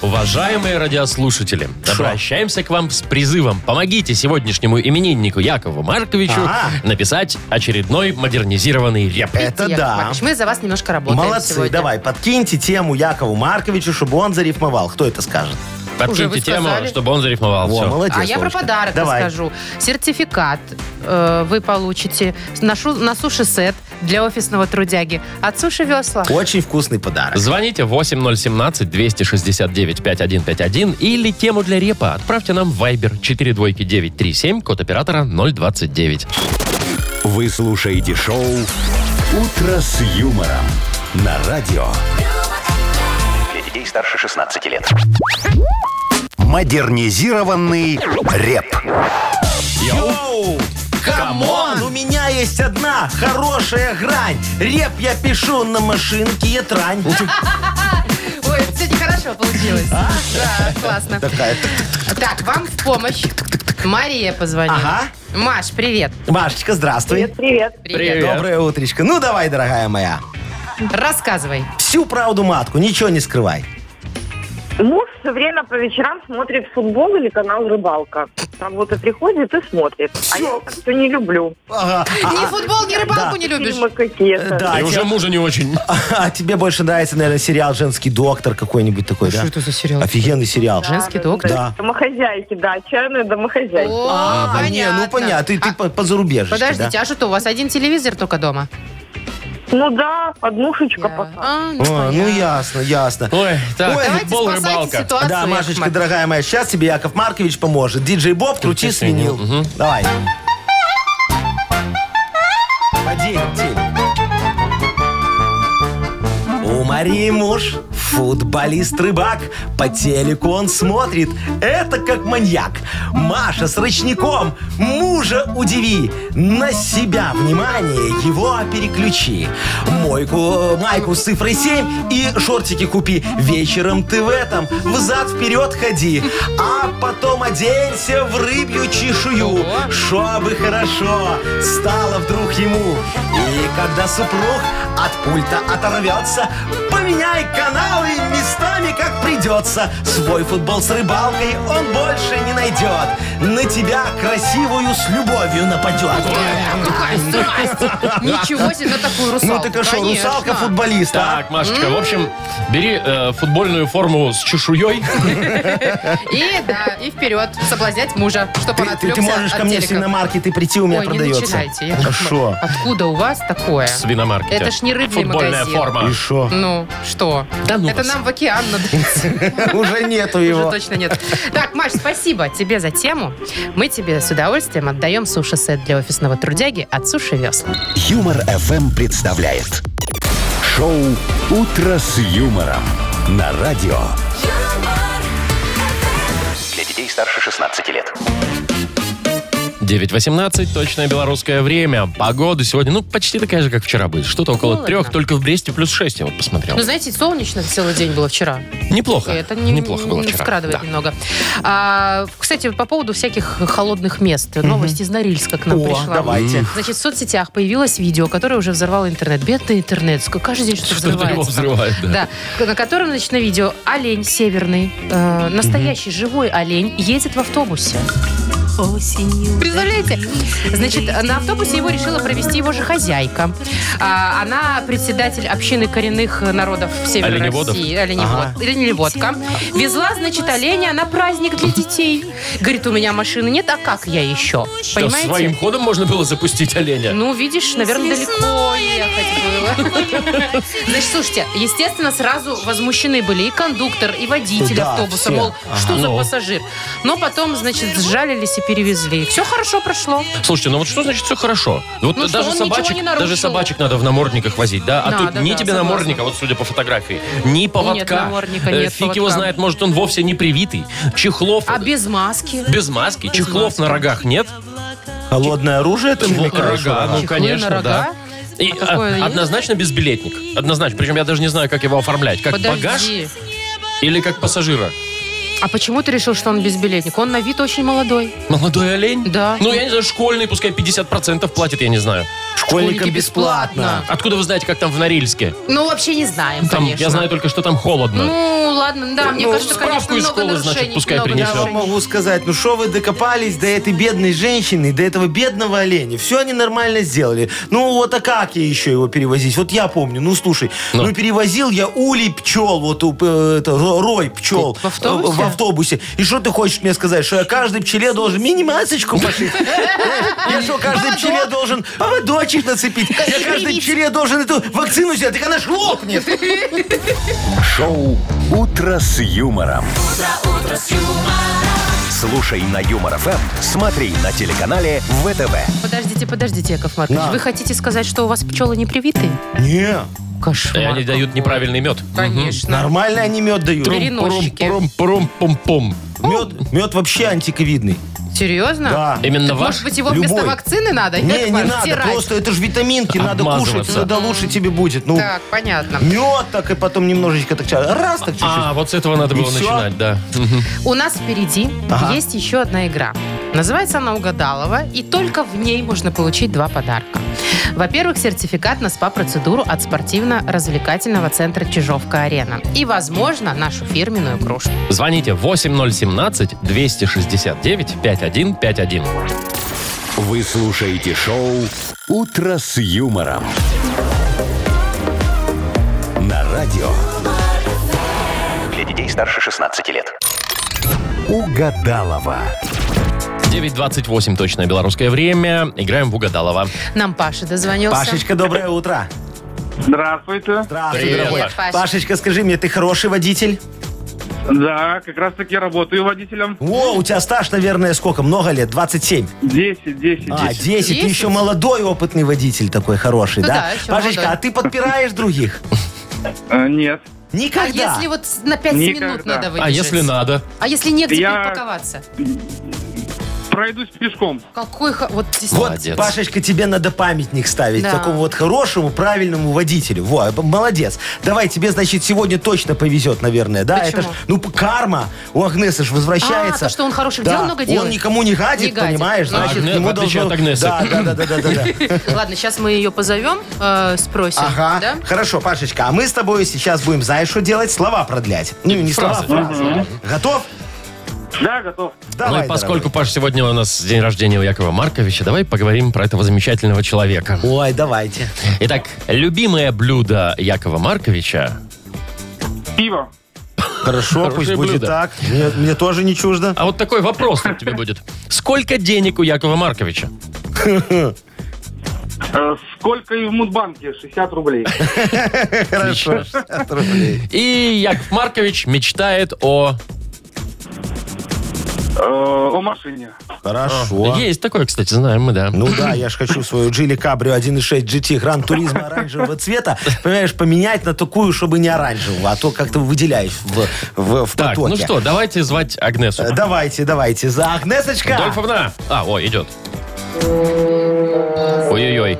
Speaker 2: Уважаемые радиослушатели, обращаемся к вам с призывом. Помогите сегодняшнему имениннику Якову Марковичу
Speaker 4: Ага.
Speaker 2: написать очередной модернизированный реп.
Speaker 4: Это
Speaker 3: Яков
Speaker 4: да.
Speaker 3: Маркович, мы за вас немножко работаем
Speaker 4: Молодцы,
Speaker 3: сегодня.
Speaker 4: давай, подкиньте тему Якову Марковичу, чтобы он зарифмовал. Кто это скажет?
Speaker 3: Уже вы
Speaker 2: Подкиньте тему,
Speaker 3: сказали.
Speaker 2: чтобы он зарифмовал.
Speaker 4: Во,
Speaker 2: Всё.
Speaker 4: молодец,
Speaker 3: А я про
Speaker 4: Вовочка.
Speaker 3: подарок
Speaker 4: Давай.
Speaker 3: расскажу. Сертификат э, вы получите на, шу- на суши-сет для офисного трудяги от суши-весла.
Speaker 4: Очень вкусный подарок.
Speaker 2: Звоните 8017-269-5151 или тему для репа отправьте нам в Viber 42937, код оператора 029.
Speaker 1: Вы слушаете шоу «Утро с юмором» на радио
Speaker 8: Для детей старше 16 лет.
Speaker 1: «Модернизированный реп».
Speaker 4: Йоу! Камон! У меня есть одна хорошая грань. Реп я пишу на машинке, я трань.
Speaker 3: Ой, сегодня хорошо получилось.
Speaker 4: А?
Speaker 3: Да, классно.
Speaker 4: Такая.
Speaker 3: Так, вам в помощь. Мария позвонила.
Speaker 4: Ага.
Speaker 3: Маш, привет.
Speaker 4: Машечка, здравствуй.
Speaker 6: Привет, привет.
Speaker 4: Доброе утречко. Ну давай, дорогая моя.
Speaker 3: Рассказывай.
Speaker 4: Всю правду матку, ничего не скрывай.
Speaker 6: Муж все время по вечерам смотрит футбол или канал «Рыбалка». С работы приходит и смотрит. А я так все не люблю.
Speaker 4: Ага.
Speaker 3: Ни футбол, ни рыбалку
Speaker 4: А, да.
Speaker 3: не любишь.
Speaker 6: Фильмы какие-то.
Speaker 4: Да,
Speaker 2: И
Speaker 4: а
Speaker 2: уже
Speaker 4: тебе-
Speaker 2: мужа не очень.
Speaker 4: а тебе больше нравится, наверное, сериал «Женский доктор» какой-нибудь такой, да?
Speaker 3: Что это за сериал?
Speaker 4: Офигенный сериал.
Speaker 3: Женский доктор?
Speaker 4: Да.
Speaker 6: Домохозяйки, да, отчаянные домохозяйки.
Speaker 3: О,
Speaker 4: А, не, ну понятно, ты, ты
Speaker 3: А,
Speaker 4: по, по зарубежечке,
Speaker 3: Подождите,
Speaker 4: да?
Speaker 3: а что, у вас один телевизор только дома?
Speaker 6: Ну да, однушечка пока.
Speaker 3: А, ну,
Speaker 4: А, ну
Speaker 3: понятно.
Speaker 4: ясно, ясно.
Speaker 2: Ой, так,
Speaker 4: Ой,
Speaker 3: Давайте
Speaker 2: футбол,
Speaker 3: спасайте
Speaker 2: рыбалка.
Speaker 3: ситуацию,
Speaker 4: Да,
Speaker 3: Яков
Speaker 4: Машечка,
Speaker 3: Маркович.
Speaker 4: дорогая моя, сейчас тебе Яков Маркович поможет. Диджей Боб, крути свинил. Давай. Поделим, делим. У Марии муж, футболист-рыбак. По телеку он смотрит, это как маньяк. Маша с ручником, мужа удиви. На себя внимание его переключи. Мойку, майку с цифрой 7 и шортики купи. Вечером ты в этом, взад вперед ходи. А потом оденься в рыбью чешую, чтобы хорошо стало вдруг ему. И когда супруг от пульта оторвется, поменяй каналы местами, как придется. Свой футбол с рыбалкой он больше не найдет. На тебя красивую с любовью нападет.
Speaker 3: Ой, Какая страсть! Ничего себе на такую русалку.
Speaker 4: Ну ты а что,
Speaker 3: конечно.
Speaker 4: русалка а? футболиста?
Speaker 2: Так, Машечка, в общем, бери э, футбольную форму с чешуей.
Speaker 3: И да, и вперед, соблазнять мужа, чтобы
Speaker 4: Ты,
Speaker 3: он
Speaker 4: ты-
Speaker 3: отвлекся
Speaker 4: ты можешь
Speaker 3: от
Speaker 4: ко мне в
Speaker 3: телеков.
Speaker 4: свиномаркет и прийти, у меня
Speaker 3: Ой, не
Speaker 4: продается. А
Speaker 3: начинайте. Яков Маркович.
Speaker 4: Шо?
Speaker 3: Откуда у вас такое?
Speaker 2: Свиномаркет.
Speaker 3: Это ж не рыбный
Speaker 2: Футбольная
Speaker 3: магазин.
Speaker 2: форма.
Speaker 4: что?
Speaker 3: Ну, что?
Speaker 2: Да ну
Speaker 3: Это
Speaker 2: вас.
Speaker 3: нам в океан надо.
Speaker 4: Уже нету
Speaker 3: Уже
Speaker 4: его.
Speaker 3: точно нет. Так, Маш, спасибо тебе за тему. Мы тебе с удовольствием отдаем суши-сет для офисного трудяги от Суши Весла.
Speaker 1: Юмор FM представляет шоу Утро с юмором на радио.
Speaker 8: Для детей старше 16 лет.
Speaker 2: 9.18, точное белорусское время. Погода сегодня, ну, почти такая же, как вчера будет. Что-то около
Speaker 9: Холодно.
Speaker 2: трех, только в Бресте плюс 6, я вот посмотрел.
Speaker 3: Ну, знаете, солнечно целый день было вчера.
Speaker 2: Неплохо.
Speaker 3: Это не,
Speaker 2: Неплохо было
Speaker 3: не
Speaker 2: вчера.
Speaker 3: вкрадывает
Speaker 2: Да.
Speaker 3: немного. А, кстати, по поводу всяких холодных мест. Новость из Норильска к нам
Speaker 4: О,
Speaker 3: пришла.
Speaker 4: давайте.
Speaker 3: Значит, в соцсетях появилось видео, которое уже взорвало интернет. Бедный интернет. Сколько- Каждый день что-то
Speaker 2: Что-то его
Speaker 3: взрывается.
Speaker 2: взрывает, да.
Speaker 3: Да, к- на котором, значит, на видео олень северный, э, настоящий живой олень, едет в автобусе. Представляете? Значит, на автобусе его решила провести его же хозяйка. А, она председатель общины коренных народов Северной
Speaker 2: Оленеводов?
Speaker 3: России. Оленевод. Оленеводка. Везла, значит, оленя на праздник для детей. Говорит, у меня машины нет, а как я еще?
Speaker 2: Что,
Speaker 3: Понимаете?
Speaker 2: своим ходом можно было запустить оленя?
Speaker 3: Ну, видишь, наверное, далеко ехать было. Значит, слушайте, естественно, сразу возмущены были и кондуктор, и водитель
Speaker 4: Да,
Speaker 3: автобуса,
Speaker 4: все.
Speaker 3: мол, что за
Speaker 2: Ну.
Speaker 3: пассажир. Но потом, значит, сжалились и перевезли. Все хорошо прошло.
Speaker 2: Слушайте, ну вот что значит все хорошо? Вот
Speaker 3: Ну что,
Speaker 2: даже
Speaker 3: он ничего
Speaker 2: собачек,
Speaker 3: не нарушил.
Speaker 2: даже собачек надо в намордниках возить, да? А
Speaker 3: Надо,
Speaker 2: тут ни
Speaker 3: да,
Speaker 2: тебе
Speaker 3: согласна.
Speaker 2: намордника, вот судя по фотографии, ни поводка.
Speaker 3: намордника,
Speaker 2: Э,
Speaker 3: нет
Speaker 2: Фиг его
Speaker 3: поводка.
Speaker 2: знает, может он вовсе не привитый. Чехлов
Speaker 3: А без маски?
Speaker 2: без маски, чехлов на рогах нет.
Speaker 4: Холодное оружие ты
Speaker 2: Чехлы
Speaker 4: намекаешь?
Speaker 2: рога, ну
Speaker 3: Чехлы
Speaker 2: конечно,
Speaker 3: на рога?
Speaker 2: да. И,
Speaker 3: А такое
Speaker 2: а,
Speaker 3: есть?
Speaker 2: однозначно безбилетник. Однозначно. Причем я даже не знаю, как его оформлять. Как багаж
Speaker 3: Подожди.
Speaker 2: или как пассажира?
Speaker 3: А почему ты решил, что он безбилетник? Он на вид очень молодой.
Speaker 2: Молодой олень?
Speaker 3: Да.
Speaker 2: Ну, я не знаю, школьный, пускай 50% платит, я не знаю.
Speaker 4: Школьникам
Speaker 3: Школьники
Speaker 4: бесплатно.
Speaker 2: Откуда вы знаете, как там в Норильске?
Speaker 3: Ну, вообще не знаем,
Speaker 2: Там,
Speaker 3: конечно.
Speaker 2: я знаю только, что там холодно.
Speaker 3: Ну, ладно, да, мне
Speaker 2: Ну,
Speaker 3: кажется,
Speaker 2: справку
Speaker 3: конечно,
Speaker 2: из
Speaker 3: много
Speaker 2: школы,
Speaker 3: нарушений.
Speaker 2: значит, пускай
Speaker 3: много
Speaker 2: принесет.
Speaker 4: Я вам
Speaker 3: нарушений.
Speaker 4: могу сказать, ну что вы докопались до этой бедной женщины, до этого бедного оленя? Все они нормально сделали. Ну вот а как я еще его перевозить? Вот я помню, ну слушай,
Speaker 2: Ну.
Speaker 4: ну, перевозил я улей пчел, вот у, э, это, ро- рой пчел
Speaker 3: В автобусе?
Speaker 4: э, в автобусе. И что ты хочешь мне сказать, что я каждой пчеле должен мини-масочку пошить? Я что, каждой пчеле должен поводочек нацепить? Я каждой пчеле должен эту вакцину взять, так она ж лопнет.
Speaker 1: Шоу «Утро с юмором». Слушай на Юмор ФМ, смотри на телеканале ВТВ.
Speaker 3: Подождите, подождите, Яков Маркович.
Speaker 4: Да.
Speaker 3: Вы хотите сказать, что у вас пчелы не привитые?
Speaker 4: Не,
Speaker 2: И
Speaker 3: Кошмар.
Speaker 2: они дают неправильный мед.
Speaker 3: Конечно.
Speaker 4: нормально они мед дают.
Speaker 3: Переносчики.
Speaker 2: пом
Speaker 4: Мед, мед вообще антиковидный.
Speaker 3: Серьезно?
Speaker 4: Да.
Speaker 2: Именно ваш?
Speaker 3: Может быть, его вместо
Speaker 4: Любой.
Speaker 3: вакцины надо?
Speaker 4: Не,
Speaker 3: Яков
Speaker 4: не
Speaker 3: Маркович,
Speaker 4: надо,
Speaker 3: стирать?
Speaker 4: просто это же витаминки, надо
Speaker 2: Обмазываться.
Speaker 4: кушать, тогда лучше тебе будет. Ну,
Speaker 3: Так, понятно.
Speaker 4: мед так и потом немножечко так ча- раз так чуть-чуть.
Speaker 2: А, вот с этого надо
Speaker 4: И
Speaker 2: было
Speaker 4: всё?
Speaker 2: начинать, да. Мгм.
Speaker 3: У нас впереди
Speaker 4: Ага.
Speaker 3: есть еще одна игра. Называется она «Угадалова», и только в ней можно получить два подарка. Во-первых, сертификат на СПА-процедуру от спортивно-развлекательного центра «Чижовка-арена». И, возможно, нашу фирменную кружку.
Speaker 2: Звоните 8017-269-5151.
Speaker 1: Вы слушаете шоу «Утро с юмором». На радио
Speaker 8: Для детей старше 16 лет.
Speaker 1: «Угадалова».
Speaker 2: 9.28 точное белорусское время. Играем в Угадалова.
Speaker 3: Нам Паша дозвонился.
Speaker 4: Пашечка, доброе утро.
Speaker 5: Здравствуйте.
Speaker 4: Здравствуй,
Speaker 2: Привет,
Speaker 4: дорогой.
Speaker 3: Паш. Привет, Паш.
Speaker 4: Пашечка, скажи мне, ты хороший водитель?
Speaker 5: Да, как раз таки работаю водителем.
Speaker 4: О, у тебя стаж, наверное, сколько? Много лет? 27?
Speaker 5: 10, 10,
Speaker 4: А,
Speaker 5: 10.
Speaker 4: 10. Ты
Speaker 3: 10?
Speaker 4: еще молодой опытный водитель такой хороший,
Speaker 3: Ну
Speaker 4: да?
Speaker 3: да, еще
Speaker 4: Пашечка,
Speaker 3: молодой.
Speaker 4: а ты подпираешь других?
Speaker 5: Э, Нет.
Speaker 3: А
Speaker 4: Никогда.
Speaker 3: если вот на 5 минут
Speaker 5: Никогда.
Speaker 3: надо выдержать?
Speaker 2: А если надо?
Speaker 3: А если негде
Speaker 5: Я-
Speaker 3: припарковаться?
Speaker 5: Пройдусь пешком.
Speaker 3: Какой... ха- Вот, действительно.
Speaker 4: Вот,
Speaker 2: Молодец.
Speaker 4: Пашечка, тебе надо памятник ставить
Speaker 3: Да.
Speaker 4: такому вот хорошему, правильному водителю. Во, б- молодец. Давай, тебе, значит, сегодня точно повезет, наверное, да?
Speaker 3: Почему?
Speaker 4: Это ж, ну, п- карма. У Агнесы ж возвращается.
Speaker 3: А, то, что он хороших дел много
Speaker 4: Он
Speaker 3: делает?
Speaker 4: никому не гадит,
Speaker 3: Не гадит.
Speaker 4: понимаешь?
Speaker 3: Ну,
Speaker 4: Значит,
Speaker 2: Агне- в
Speaker 4: ему
Speaker 2: отличие
Speaker 4: должно...
Speaker 2: от Агнесы.
Speaker 4: Да, да, да, да, да, да, да.
Speaker 3: Ладно, сейчас мы ее позовем, э, спросим.
Speaker 4: Ага.
Speaker 3: Да?
Speaker 4: Хорошо, Пашечка, а мы с тобой сейчас будем, знаешь, что делать? Слова продлять. Ну, не
Speaker 2: Фразы.
Speaker 4: слова, а фразы. Готов?
Speaker 5: Да, готов.
Speaker 4: Давай,
Speaker 2: ну и поскольку,
Speaker 4: дорогой.
Speaker 2: Паш, сегодня у нас день рождения у Якова Марковича, давай поговорим про этого замечательного человека.
Speaker 4: Ой, давайте.
Speaker 2: Итак, любимое блюдо Якова Марковича.
Speaker 5: Пиво.
Speaker 4: Хорошо, пусть
Speaker 2: Хорошее
Speaker 4: будет
Speaker 2: блюдо.
Speaker 4: так. Мне- Мне тоже не чуждо.
Speaker 2: А вот такой вопрос тут тебе будет. Сколько денег у Якова Марковича?
Speaker 5: Э, Сколько и в Мудбанке? 60 рублей.
Speaker 4: Хорошо. 60 рублей.
Speaker 2: И Яков Маркович мечтает о...
Speaker 5: Э, О машине.
Speaker 4: Хорошо.
Speaker 2: Есть такое, кстати, знаем мы, да.
Speaker 4: Ну да, я же хочу свою Джили Кабрио 1.6 GT Гран Туризма оранжевого цвета, понимаешь, поменять на такую, чтобы не оранжевого, а то как-то выделяюсь в, в, в
Speaker 2: так, ну
Speaker 4: потоке.
Speaker 2: что, давайте звать Агнесу.
Speaker 4: Э, Давайте, давайте. За Агнесочка.
Speaker 2: Дольфовна. А, о, идет. Ой-ой-ой.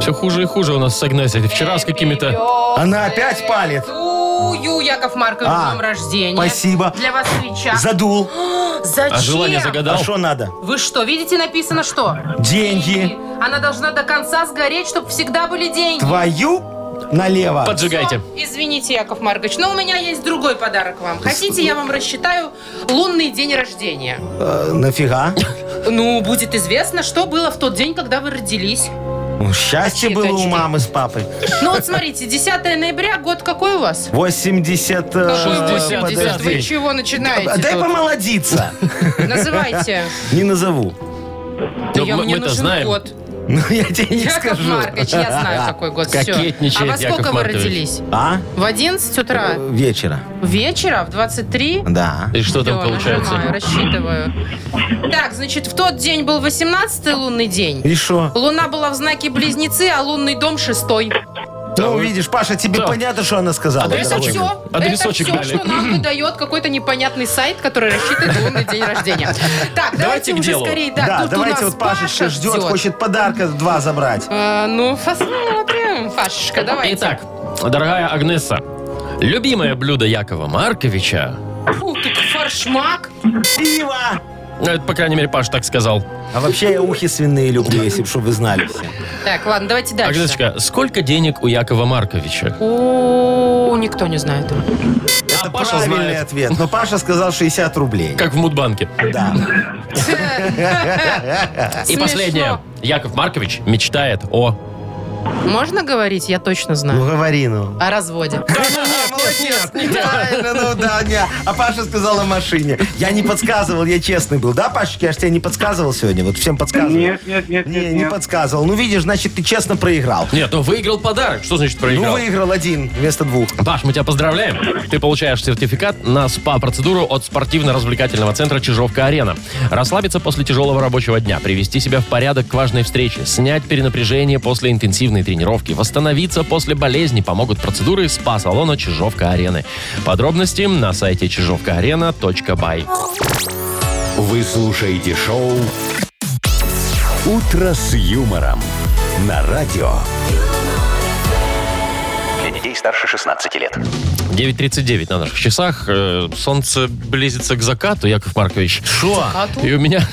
Speaker 2: Все хуже и хуже у нас с Агнесой. Вчера с какими-то...
Speaker 4: Она опять палит.
Speaker 3: Ую, Яков Маркович,
Speaker 4: А,
Speaker 3: с днем рождения.
Speaker 4: спасибо.
Speaker 3: Для вас свеча.
Speaker 4: Задул.
Speaker 3: Зачем?
Speaker 2: А желание
Speaker 4: А
Speaker 2: загадал?
Speaker 4: что надо?
Speaker 3: Вы что, видите, написано что?
Speaker 4: Деньги.
Speaker 3: Она должна до конца сгореть, чтобы всегда были деньги.
Speaker 4: Твою налево.
Speaker 2: Поджигайте.
Speaker 3: Всё, Извините, Яков Маркович, но у меня есть другой подарок вам. Хотите, я вам рассчитаю лунный день рождения.
Speaker 4: Э, нафига?
Speaker 3: Ну, будет известно, что было в тот день, когда вы родились.
Speaker 4: Ну, Счастье
Speaker 3: Какие
Speaker 4: было у
Speaker 3: точки?
Speaker 4: мамы с папой.
Speaker 3: Ну вот смотрите, 10 ноября, год какой у вас?
Speaker 4: 80... э,
Speaker 3: Какой
Speaker 2: Шестьдесят.
Speaker 3: 80?
Speaker 4: подожди.
Speaker 3: Вы чего начинаете?
Speaker 4: Дай
Speaker 3: тут?
Speaker 4: помолодиться.
Speaker 3: Называйте.
Speaker 4: Не назову.
Speaker 2: Ну,
Speaker 3: Я-
Speaker 2: мы-
Speaker 3: мне
Speaker 2: мы-то
Speaker 3: нужен
Speaker 2: знаем. А,
Speaker 3: год.
Speaker 4: Ну, я тебе не
Speaker 3: Яков
Speaker 4: скажу.
Speaker 3: Маркович, я знаю, какой год. Всё.
Speaker 2: Кокетничает
Speaker 3: А во
Speaker 2: Яков
Speaker 3: сколько вы
Speaker 2: Маркович.
Speaker 3: родились?
Speaker 4: А?
Speaker 3: В 11 утра?
Speaker 4: Э, Вечера.
Speaker 3: Вечера? В 23?
Speaker 4: Да.
Speaker 2: И что там
Speaker 3: Всё, нажимаю,
Speaker 2: получается?
Speaker 3: рассчитываю. Так, значит, в тот день был 18-й лунный день.
Speaker 4: И что?
Speaker 3: Луна была в знаке Близнецы, а лунный дом шестой.
Speaker 4: Ну, видишь, Паша, тебе
Speaker 2: Да.
Speaker 4: понятно, что она сказала?
Speaker 2: Адресочек.
Speaker 3: Это
Speaker 4: дорогой?
Speaker 3: все,
Speaker 2: Адресочек
Speaker 3: Ну, это
Speaker 2: дали.
Speaker 3: все, что нам выдает какой-то непонятный сайт, который рассчитывает лунный день рождения. Так,
Speaker 2: Давайте
Speaker 3: давайте
Speaker 2: к
Speaker 3: уже
Speaker 2: делу.
Speaker 3: скорее.
Speaker 4: Да,
Speaker 3: тут у
Speaker 4: давайте
Speaker 3: нас
Speaker 4: вот Пашечка
Speaker 3: Паша
Speaker 4: ждет,
Speaker 3: ждёт.
Speaker 4: хочет подарка два забрать.
Speaker 3: А, Ну, посмотрим, Пашечка, давайте.
Speaker 2: Итак, дорогая Агнеса, любимое блюдо Якова Марковича...
Speaker 3: Фу, тут форшмак.
Speaker 4: Пиво!
Speaker 2: Ну, это, по крайней мере, Паш так сказал.
Speaker 4: А вообще я ухи свиные люблю, если чтобы вы знали все.
Speaker 3: Так, ладно, давайте дальше.
Speaker 2: Агнесочка, сколько денег у Якова Марковича?
Speaker 3: О, никто не знает.
Speaker 4: Это
Speaker 2: Паша
Speaker 4: правильный
Speaker 2: знает.
Speaker 4: ответ. Но Паша сказал 60 рублей.
Speaker 2: Как в Мудбанке.
Speaker 4: Да.
Speaker 2: И последнее. Яков Маркович мечтает о...
Speaker 3: Можно говорить? Я точно
Speaker 4: Ну
Speaker 3: знаю.
Speaker 4: говори, ну.
Speaker 3: О разводе.
Speaker 4: Молодец, неправильно, ну да, не. А Паша сказал о машине. Я не подсказывал, я честный был. Да, Пашечка, я же тебе не подсказывал сегодня? Вот всем подсказывал.
Speaker 5: Нет, нет, нет,
Speaker 4: Не,
Speaker 5: нет,
Speaker 4: не
Speaker 5: нет.
Speaker 4: подсказывал. Ну, видишь, значит, ты честно проиграл.
Speaker 2: Нет, ну выиграл подарок. Что значит
Speaker 4: Ну,
Speaker 2: проиграл?
Speaker 4: выиграл один вместо двух.
Speaker 2: Паш, мы тебя поздравляем. Ты получаешь сертификат на СПА-процедуру от спортивно-развлекательного центра «Чижовка-арена». Расслабиться после тяжелого рабочего дня, привести себя в порядок к важной встрече, снять перенапряжение после интенсивной тренировки, восстановиться после болезни помогут процедуры СПА-салона «Чижовка-арены». Подробности на сайте чижовкаарена.бай.
Speaker 1: Вы слушаете шоу «Утро с юмором» на радио.
Speaker 8: Для детей старше 16 лет.
Speaker 2: 9.39 на наших часах. Э, Солнце близится к закату, Яков Маркович.
Speaker 4: Шо?
Speaker 3: А
Speaker 2: И
Speaker 3: тут
Speaker 2: у меня,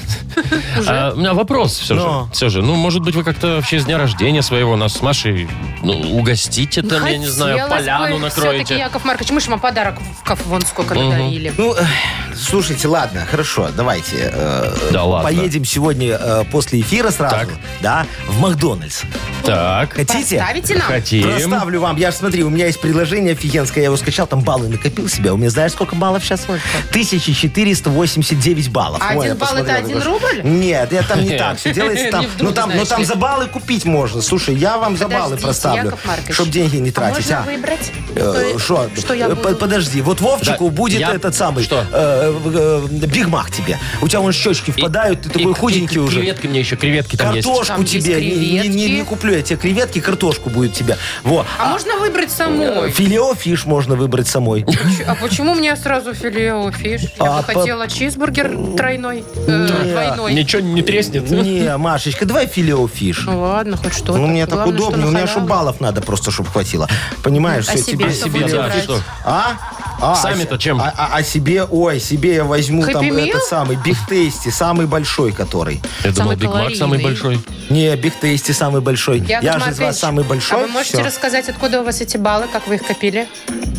Speaker 2: А, у меня вопрос все
Speaker 4: Но.
Speaker 2: же. Все же. Ну, может быть, вы как-то в честь дня рождения своего нас с Машей ну, угостите там, я не знаю,
Speaker 3: хотелось
Speaker 2: поляну
Speaker 3: бы Все-таки,
Speaker 2: накроете.
Speaker 3: Яков Маркович, мы же вам подарок в кафе вон сколько надарили.
Speaker 4: Ну, эх, слушайте, ладно, хорошо, давайте. э,
Speaker 2: Да ладно.
Speaker 4: Поедем сегодня э, после эфира сразу,
Speaker 2: Так.
Speaker 4: да, в Макдональдс.
Speaker 2: Так,
Speaker 4: Хотите?
Speaker 3: Поставите нам?
Speaker 2: хотим.
Speaker 4: Проставлю вам. Я ж смотри, у меня есть приложение офигенское. Я его скачал, там баллы накопил себя. У меня знаешь, сколько баллов сейчас? 1489 баллов.
Speaker 3: А
Speaker 4: Ой, я
Speaker 3: один балл это
Speaker 4: посмотрел,
Speaker 3: один
Speaker 4: такой,
Speaker 3: рубль?
Speaker 4: Нет, я там не так все
Speaker 3: Не
Speaker 4: делается. Там,
Speaker 3: вдруг,
Speaker 4: ну, там, ну
Speaker 3: знаешь
Speaker 4: там
Speaker 3: ли.
Speaker 4: за баллы купить можно. Слушай, я вам за баллы
Speaker 3: Подождите,
Speaker 4: проставлю,
Speaker 3: Яков Маркович.
Speaker 4: чтобы деньги не тратить.
Speaker 9: Можно
Speaker 4: а?
Speaker 9: выбрать?
Speaker 4: Э, Что?
Speaker 9: Что я
Speaker 4: Э,
Speaker 9: буду?
Speaker 4: по- Подожди, вот Вовчику
Speaker 2: Да,
Speaker 4: будет
Speaker 2: я-
Speaker 4: этот самый...
Speaker 2: Что?
Speaker 4: э, э, Биг Мак тебе. У тебя вон щечки впадают, ты такой
Speaker 2: И-
Speaker 4: худенький
Speaker 2: и
Speaker 4: уже.
Speaker 2: Креветки мне еще, креветки там есть.
Speaker 4: Картошку
Speaker 3: Там есть
Speaker 4: тебе. Не, не- не- не
Speaker 3: креветки.
Speaker 4: куплю я тебе креветки, картошку будет тебе. Во.
Speaker 3: А можно выбрать самой?
Speaker 4: Филео фиш можно выбрать самой.
Speaker 3: А почему мне сразу филе фиш? Я
Speaker 4: А,
Speaker 3: бы хотела чизбургер тройной, э, двойной.
Speaker 2: Ничего не треснет.
Speaker 4: Не, Машечка, давай филео фиш.
Speaker 3: Ну ладно, хоть что-то.
Speaker 4: Ну, мне так
Speaker 3: Главное, что
Speaker 4: удобнее.
Speaker 3: на
Speaker 4: У меня
Speaker 3: халяву.
Speaker 4: же баллов надо просто, чтобы хватило. Понимаешь,
Speaker 3: А
Speaker 4: все
Speaker 3: себе
Speaker 4: тебе...
Speaker 3: что
Speaker 2: Себе,
Speaker 3: будете
Speaker 2: да,
Speaker 3: брать?
Speaker 2: что?
Speaker 4: А? А,
Speaker 2: Сами-то
Speaker 4: а-
Speaker 2: чем?
Speaker 4: А, а- а себе, ой, себе я возьму
Speaker 3: Happy
Speaker 4: там
Speaker 3: Meal?
Speaker 4: этот самый Биг Тейсти, самый большой который.
Speaker 2: Я думал,
Speaker 3: Самый
Speaker 2: Биг Мак
Speaker 3: калорийный.
Speaker 2: самый большой.
Speaker 4: Не, Биг Тейсти самый большой.
Speaker 3: Яков
Speaker 4: я же
Speaker 3: Маркович,
Speaker 4: из вас самый большой.
Speaker 3: А вы можете
Speaker 4: Всё.
Speaker 3: рассказать, откуда у вас эти баллы, как вы их копили?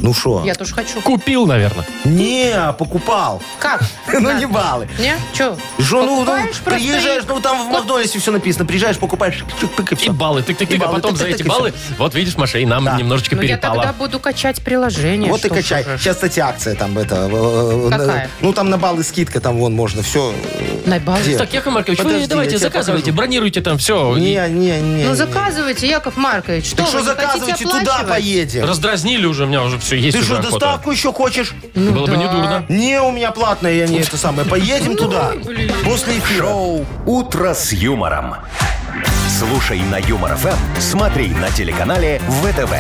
Speaker 4: Ну что?
Speaker 3: Я тоже хочу.
Speaker 2: Купил, наверное.
Speaker 4: Не, а покупал.
Speaker 3: Как?
Speaker 4: Ну не баллы.
Speaker 3: Не? Че?
Speaker 4: Жо, ну, ну,
Speaker 3: Покупаешь просто
Speaker 4: приезжаешь,
Speaker 3: и-
Speaker 4: ну там в Макдональдсе все написано. Приезжаешь, покупаешь, чик, пик, и
Speaker 2: И
Speaker 4: всё.
Speaker 2: баллы. Тык, тык,
Speaker 4: И
Speaker 2: тык. А
Speaker 4: баллы.
Speaker 2: потом за
Speaker 4: Тык,
Speaker 2: эти
Speaker 4: тык, тык,
Speaker 2: баллы, вот видишь, Маша, и нам
Speaker 4: Да.
Speaker 2: немножечко
Speaker 3: Ну я тогда
Speaker 2: перепало.
Speaker 3: буду качать приложение.
Speaker 4: Вот и
Speaker 3: что уж
Speaker 4: качай.
Speaker 3: уже.
Speaker 4: Сейчас, кстати, акция там это. э,
Speaker 3: Какая?
Speaker 4: э, Ну там на баллы скидка, там вон можно все.
Speaker 3: На баллы.
Speaker 4: Где?
Speaker 2: Так, Яков Маркович, вы
Speaker 4: Подожди,
Speaker 2: давайте
Speaker 4: я тебе
Speaker 2: заказывайте,
Speaker 4: покажу.
Speaker 2: бронируйте там все.
Speaker 4: Не, не, не.
Speaker 3: Ну
Speaker 4: не.
Speaker 3: заказывайте, Яков Маркович. Что,
Speaker 4: Так что
Speaker 3: вы не хотите
Speaker 4: заказывайте, туда
Speaker 3: оплачивать?
Speaker 4: поедем.
Speaker 2: Раздразнили уже, у меня уже все есть.
Speaker 4: Ты
Speaker 2: уже
Speaker 4: что,
Speaker 2: охота.
Speaker 4: доставку еще хочешь?
Speaker 3: Ну
Speaker 2: Было бы
Speaker 3: да.
Speaker 2: не дурно.
Speaker 4: Не, у меня платная, я не это самое.
Speaker 3: Ну,
Speaker 4: Поедем туда. После эфира.
Speaker 1: Шоу «Утро с юмором». Слушай на Юмор ФМ, смотри на телеканале ВТВ.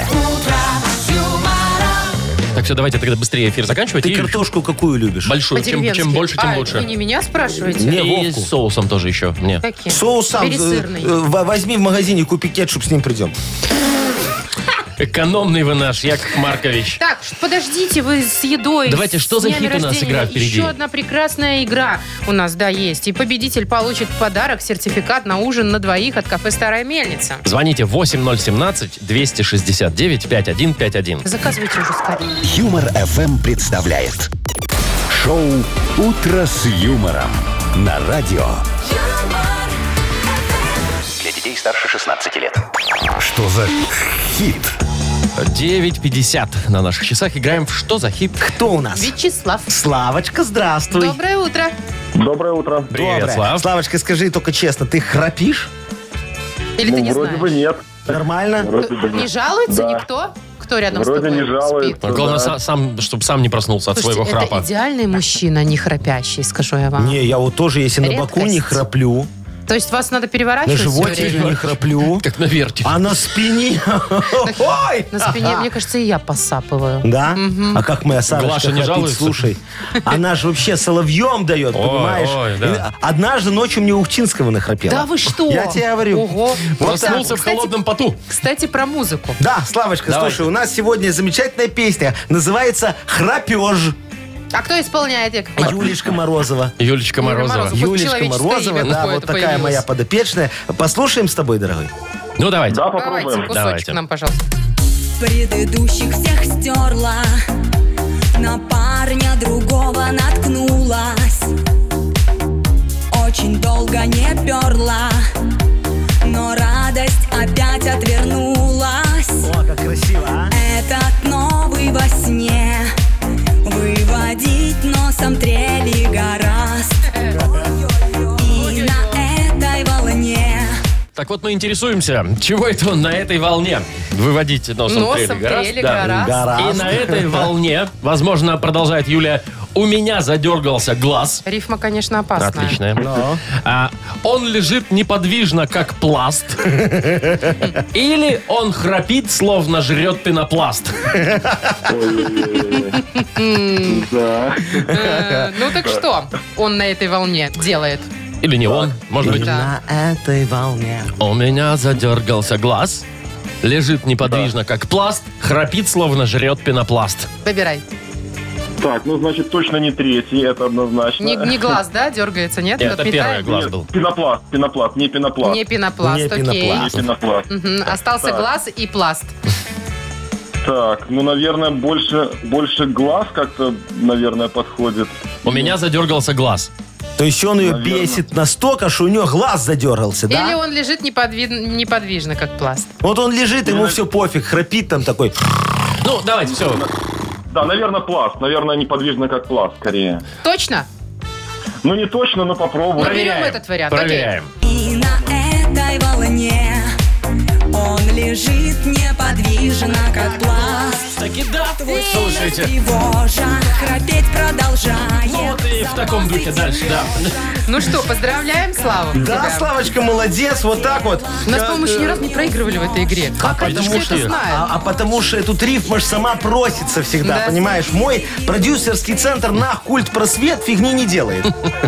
Speaker 2: Так, все, давайте тогда быстрее эфир заканчивать.
Speaker 4: Ты
Speaker 2: и
Speaker 4: картошку какую любишь?
Speaker 2: Большую. Чем,
Speaker 3: По-деревенски.
Speaker 2: чем больше, тем
Speaker 3: а,
Speaker 2: лучше.
Speaker 3: Вы не меня спрашиваете?
Speaker 4: Не,
Speaker 2: И
Speaker 4: Вовку.
Speaker 2: с соусом тоже еще. Не.
Speaker 3: Каким?
Speaker 4: Соус сам. э,
Speaker 3: Пересырный.
Speaker 4: э, во- возьми в магазине, купи кетчуп, с ним придем.
Speaker 2: Экономный вы наш, Яков Маркович.
Speaker 3: Так, ш- подождите, вы с едой.
Speaker 2: Давайте,
Speaker 3: с
Speaker 2: что за
Speaker 3: днями
Speaker 2: хит у нас
Speaker 3: рождения?
Speaker 2: игра впереди?
Speaker 3: Еще одна прекрасная игра у нас, да, есть. И победитель получит в подарок сертификат на ужин на двоих от кафе «Старая мельница».
Speaker 2: Звоните 8017-269-5151.
Speaker 3: Заказывайте уже скорее.
Speaker 1: Юмор FM представляет шоу Утро с юмором на радио.
Speaker 8: Для детей старше 16 лет.
Speaker 1: Что за хит?
Speaker 2: 9.50 на наших часах. Играем в «Что за хит?»
Speaker 4: Кто у нас?
Speaker 3: Вячеслав,
Speaker 4: Славочка, здравствуй.
Speaker 3: доброе утро.
Speaker 5: Доброе утро.
Speaker 2: Привет,
Speaker 4: Доброе.
Speaker 2: Слав.
Speaker 4: Славочка, скажи только честно, ты храпишь?
Speaker 3: Или ты не
Speaker 5: Ну, вроде бы
Speaker 3: знаешь? Э,
Speaker 5: нет.
Speaker 4: Нормально?
Speaker 5: Вроде бы
Speaker 3: Не
Speaker 5: нет.
Speaker 3: жалуется
Speaker 5: Да.
Speaker 3: никто? Кто рядом с
Speaker 5: Вроде
Speaker 3: тобой
Speaker 5: не жалуется.
Speaker 3: спит?
Speaker 2: Ну, Главное,
Speaker 5: Да.
Speaker 2: са- сам, чтобы сам не проснулся от
Speaker 3: Слушайте,
Speaker 2: своего
Speaker 3: это
Speaker 2: храпа.
Speaker 3: идеальный мужчина, не храпящий, скажу я вам.
Speaker 4: Не, я вот тоже, если на боку не
Speaker 3: Редкость.
Speaker 4: храплю,
Speaker 3: То есть вас надо
Speaker 4: на
Speaker 3: переворачивать всё
Speaker 4: животе
Speaker 3: время?
Speaker 4: не храплю,
Speaker 2: Как на верте.
Speaker 4: а на спине... Ой!
Speaker 3: На спине, мне кажется, и я посапываю.
Speaker 4: Да? А как мы
Speaker 2: Глаша
Speaker 4: Сарочка
Speaker 2: не
Speaker 4: храпит,
Speaker 2: жалуется?
Speaker 4: слушай. Она же вообще соловьем дает,
Speaker 2: Ой,
Speaker 4: понимаешь?
Speaker 2: ой, да.
Speaker 4: И Однажды ночью мне Ухчинского нахрапела.
Speaker 3: Да вы что?
Speaker 4: Я тебе говорю.
Speaker 3: Ого.
Speaker 2: Проснулся в
Speaker 3: Кстати,
Speaker 2: холодном поту.
Speaker 3: Кстати, про музыку.
Speaker 4: Да, Славочка,
Speaker 2: Давайте.
Speaker 4: слушай, у нас сегодня замечательная песня. Называется «Храпеж».
Speaker 3: А кто исполняет, Яков Маркович?
Speaker 4: Юлишка Морозова.
Speaker 2: Юлечка
Speaker 3: Юля
Speaker 2: Морозова.
Speaker 3: Морозова. Хоть
Speaker 4: Юлечка
Speaker 3: Ну, человеческое
Speaker 4: Морозова,
Speaker 3: имя
Speaker 4: да,
Speaker 3: какое-то
Speaker 4: вот такая
Speaker 3: появилось.
Speaker 4: моя подопечная. Послушаем с тобой, дорогой.
Speaker 2: Ну, давайте.
Speaker 5: Да,
Speaker 3: Давайте,
Speaker 5: попробуем.
Speaker 3: кусочек
Speaker 2: Давайте.
Speaker 3: нам, пожалуйста.
Speaker 10: Предыдущих всех стерла На парня другого наткнулась Очень долго не перла Но радость опять отвернулась
Speaker 4: О, как красиво, а.
Speaker 10: Этот новый во сне Выводить носом трели гораст И на этой волне
Speaker 2: Так вот мы интересуемся, чего это он на этой волне? Выводите носом,
Speaker 3: Носом
Speaker 2: трели гораст,
Speaker 3: трели
Speaker 2: да.
Speaker 3: гораст.
Speaker 2: И
Speaker 4: Гораст.
Speaker 2: на этой волне, возможно, продолжает Юлия, у меня задергался глаз.
Speaker 3: Рифма, конечно, опасная.
Speaker 2: Отличная.
Speaker 4: Но.
Speaker 2: А, он лежит неподвижно, как пласт. Или он храпит, словно жрет пенопласт.
Speaker 5: Да.
Speaker 3: Э, Ну так что он на этой волне делает?
Speaker 2: Или не он, может быть.
Speaker 3: Да.
Speaker 4: На этой волне.
Speaker 2: У меня задергался глаз. Лежит неподвижно, как пласт. Храпит, словно жрет пенопласт.
Speaker 3: Выбирай.
Speaker 5: Так, ну значит точно не третий, это однозначно.
Speaker 3: Не, не глаз, да, дергается, нет?
Speaker 2: Это
Speaker 3: Вот
Speaker 2: первый
Speaker 3: метает?
Speaker 2: глаз
Speaker 5: Нет,
Speaker 2: был.
Speaker 5: Пенопласт, пенопласт, не пенопласт.
Speaker 3: Не пенопласт,
Speaker 4: Не
Speaker 3: окей.
Speaker 4: пенопласт.
Speaker 5: Не пенопласт.
Speaker 3: Мгм, Остался
Speaker 5: Так.
Speaker 3: глаз и пласт.
Speaker 5: Так, ну, наверное, больше, больше глаз как-то, наверное, подходит.
Speaker 2: У меня задергался глаз.
Speaker 4: То есть он ее
Speaker 5: Наверно.
Speaker 4: бесит настолько, что у нее глаз задергался,
Speaker 3: Или
Speaker 4: да?
Speaker 3: он лежит неподвид- неподвижно, как пласт.
Speaker 4: Вот он лежит, ему все пофиг, храпит там такой.
Speaker 2: Ну, давайте, все.
Speaker 5: Да, наверное, пласт. Наверное, неподвижно, как пласт, скорее.
Speaker 3: Точно?
Speaker 5: Ну, не точно, но попробуем.
Speaker 3: Проверяем этот вариант, окей.
Speaker 2: Проверяем.
Speaker 10: И на этой волне он лежит неподвижно, как пласт.
Speaker 2: Таки да,
Speaker 10: Твой
Speaker 2: слушайте.
Speaker 10: тревожа, храпеть продолжает.
Speaker 2: Ну, вот и в таком духе дальше, да.
Speaker 3: Ну что, поздравляем, Славу.
Speaker 4: Да,
Speaker 3: тебя.
Speaker 4: Славочка, молодец, вот так вот.
Speaker 3: Нас, по-моему, еще ни разу не проигрывали в этой игре. Как они
Speaker 2: потому
Speaker 3: все это
Speaker 2: что-
Speaker 4: А,
Speaker 3: знают?
Speaker 4: а потому что эту рифму ж сама просится всегда,
Speaker 3: Да.
Speaker 4: понимаешь? Мой продюсерский центр на культ просвет фигни не делает.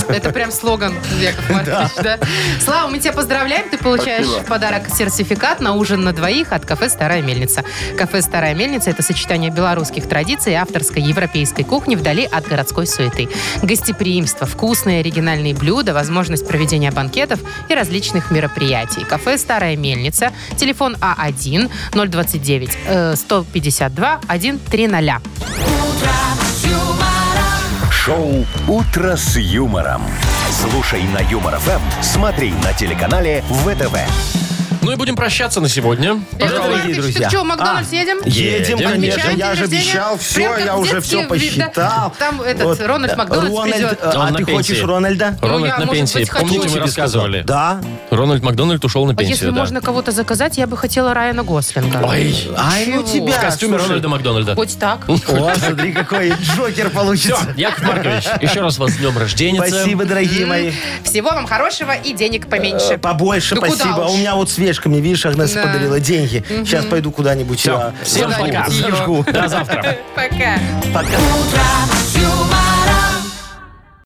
Speaker 3: Это прям слоган, Яков Маркович, да? Слава, мы тебя поздравляем. Ты получаешь
Speaker 5: Спасибо.
Speaker 3: в подарок сертификат на ужин на двоих от кафе «Старая мельница». Кафе «Старая мельница» — это сочетание белорусских традиций и авторской европейской кухни вдали от городской суеты. Гостеприимство, вкусные оригинальные блюда, возможность проведения банкетов и различных мероприятий. Кафе «Старая мельница», телефон А э, А1-029-152-130.
Speaker 1: Шоу Утро с юмором. Слушай на Юмор ФМ, смотри на телеканале ВТВ.
Speaker 2: Ну и будем прощаться на сегодня.
Speaker 3: Яков
Speaker 4: Пожалуй,
Speaker 3: Маркович,
Speaker 4: друзья.
Speaker 3: так что, в Макдональдс
Speaker 4: А,
Speaker 3: едем?
Speaker 4: Едем,
Speaker 2: Едем,
Speaker 4: конечно.
Speaker 3: Отмечаем
Speaker 4: Я
Speaker 3: день
Speaker 4: же
Speaker 3: рождения.
Speaker 4: обещал все,
Speaker 3: Прям как
Speaker 4: я
Speaker 3: в
Speaker 4: уже все
Speaker 3: детстве, видно.
Speaker 4: посчитал.
Speaker 3: Там этот, Рональд Макдональдс
Speaker 4: Рональд,
Speaker 3: придет.
Speaker 4: э,
Speaker 2: Он
Speaker 4: А
Speaker 2: на
Speaker 4: ты
Speaker 2: пенсии.
Speaker 4: хочешь Рональда?
Speaker 2: Рональд
Speaker 3: Ну, я,
Speaker 2: на
Speaker 3: может
Speaker 2: пенсии.
Speaker 3: быть, хочу.
Speaker 2: Помните, мы
Speaker 4: Тебе сказал.
Speaker 2: рассказывали?
Speaker 4: Да.
Speaker 2: Рональд Макдональд ушел на
Speaker 3: А Если
Speaker 2: пенсию, да.
Speaker 3: можно кого-то заказать, я бы хотела Райана Гослинга.
Speaker 2: Ой,
Speaker 4: Ай, ну
Speaker 3: Чего?
Speaker 4: тебя.
Speaker 2: в костюме
Speaker 4: слушай.
Speaker 2: Рональда Макдональда.
Speaker 3: Хоть так.
Speaker 4: О, смотри, какой джокер
Speaker 2: Все,
Speaker 4: получится.
Speaker 2: Яков Маркович, еще раз вас с днем рождения.
Speaker 4: Спасибо, дорогие мои.
Speaker 3: Всего вам хорошего и денег поменьше.
Speaker 4: Побольше,
Speaker 3: Да куда
Speaker 4: спасибо. А
Speaker 3: уж.
Speaker 4: У меня вот свеж Олежка мне, видишь, Агнеса
Speaker 3: Да.
Speaker 4: подарила деньги. Сейчас пойду куда-нибудь.
Speaker 2: Все,
Speaker 4: я
Speaker 2: всем
Speaker 4: зажгу,
Speaker 2: пока.
Speaker 4: зажгу.
Speaker 2: До завтра.
Speaker 3: Пока.
Speaker 4: Пока.
Speaker 10: юмором.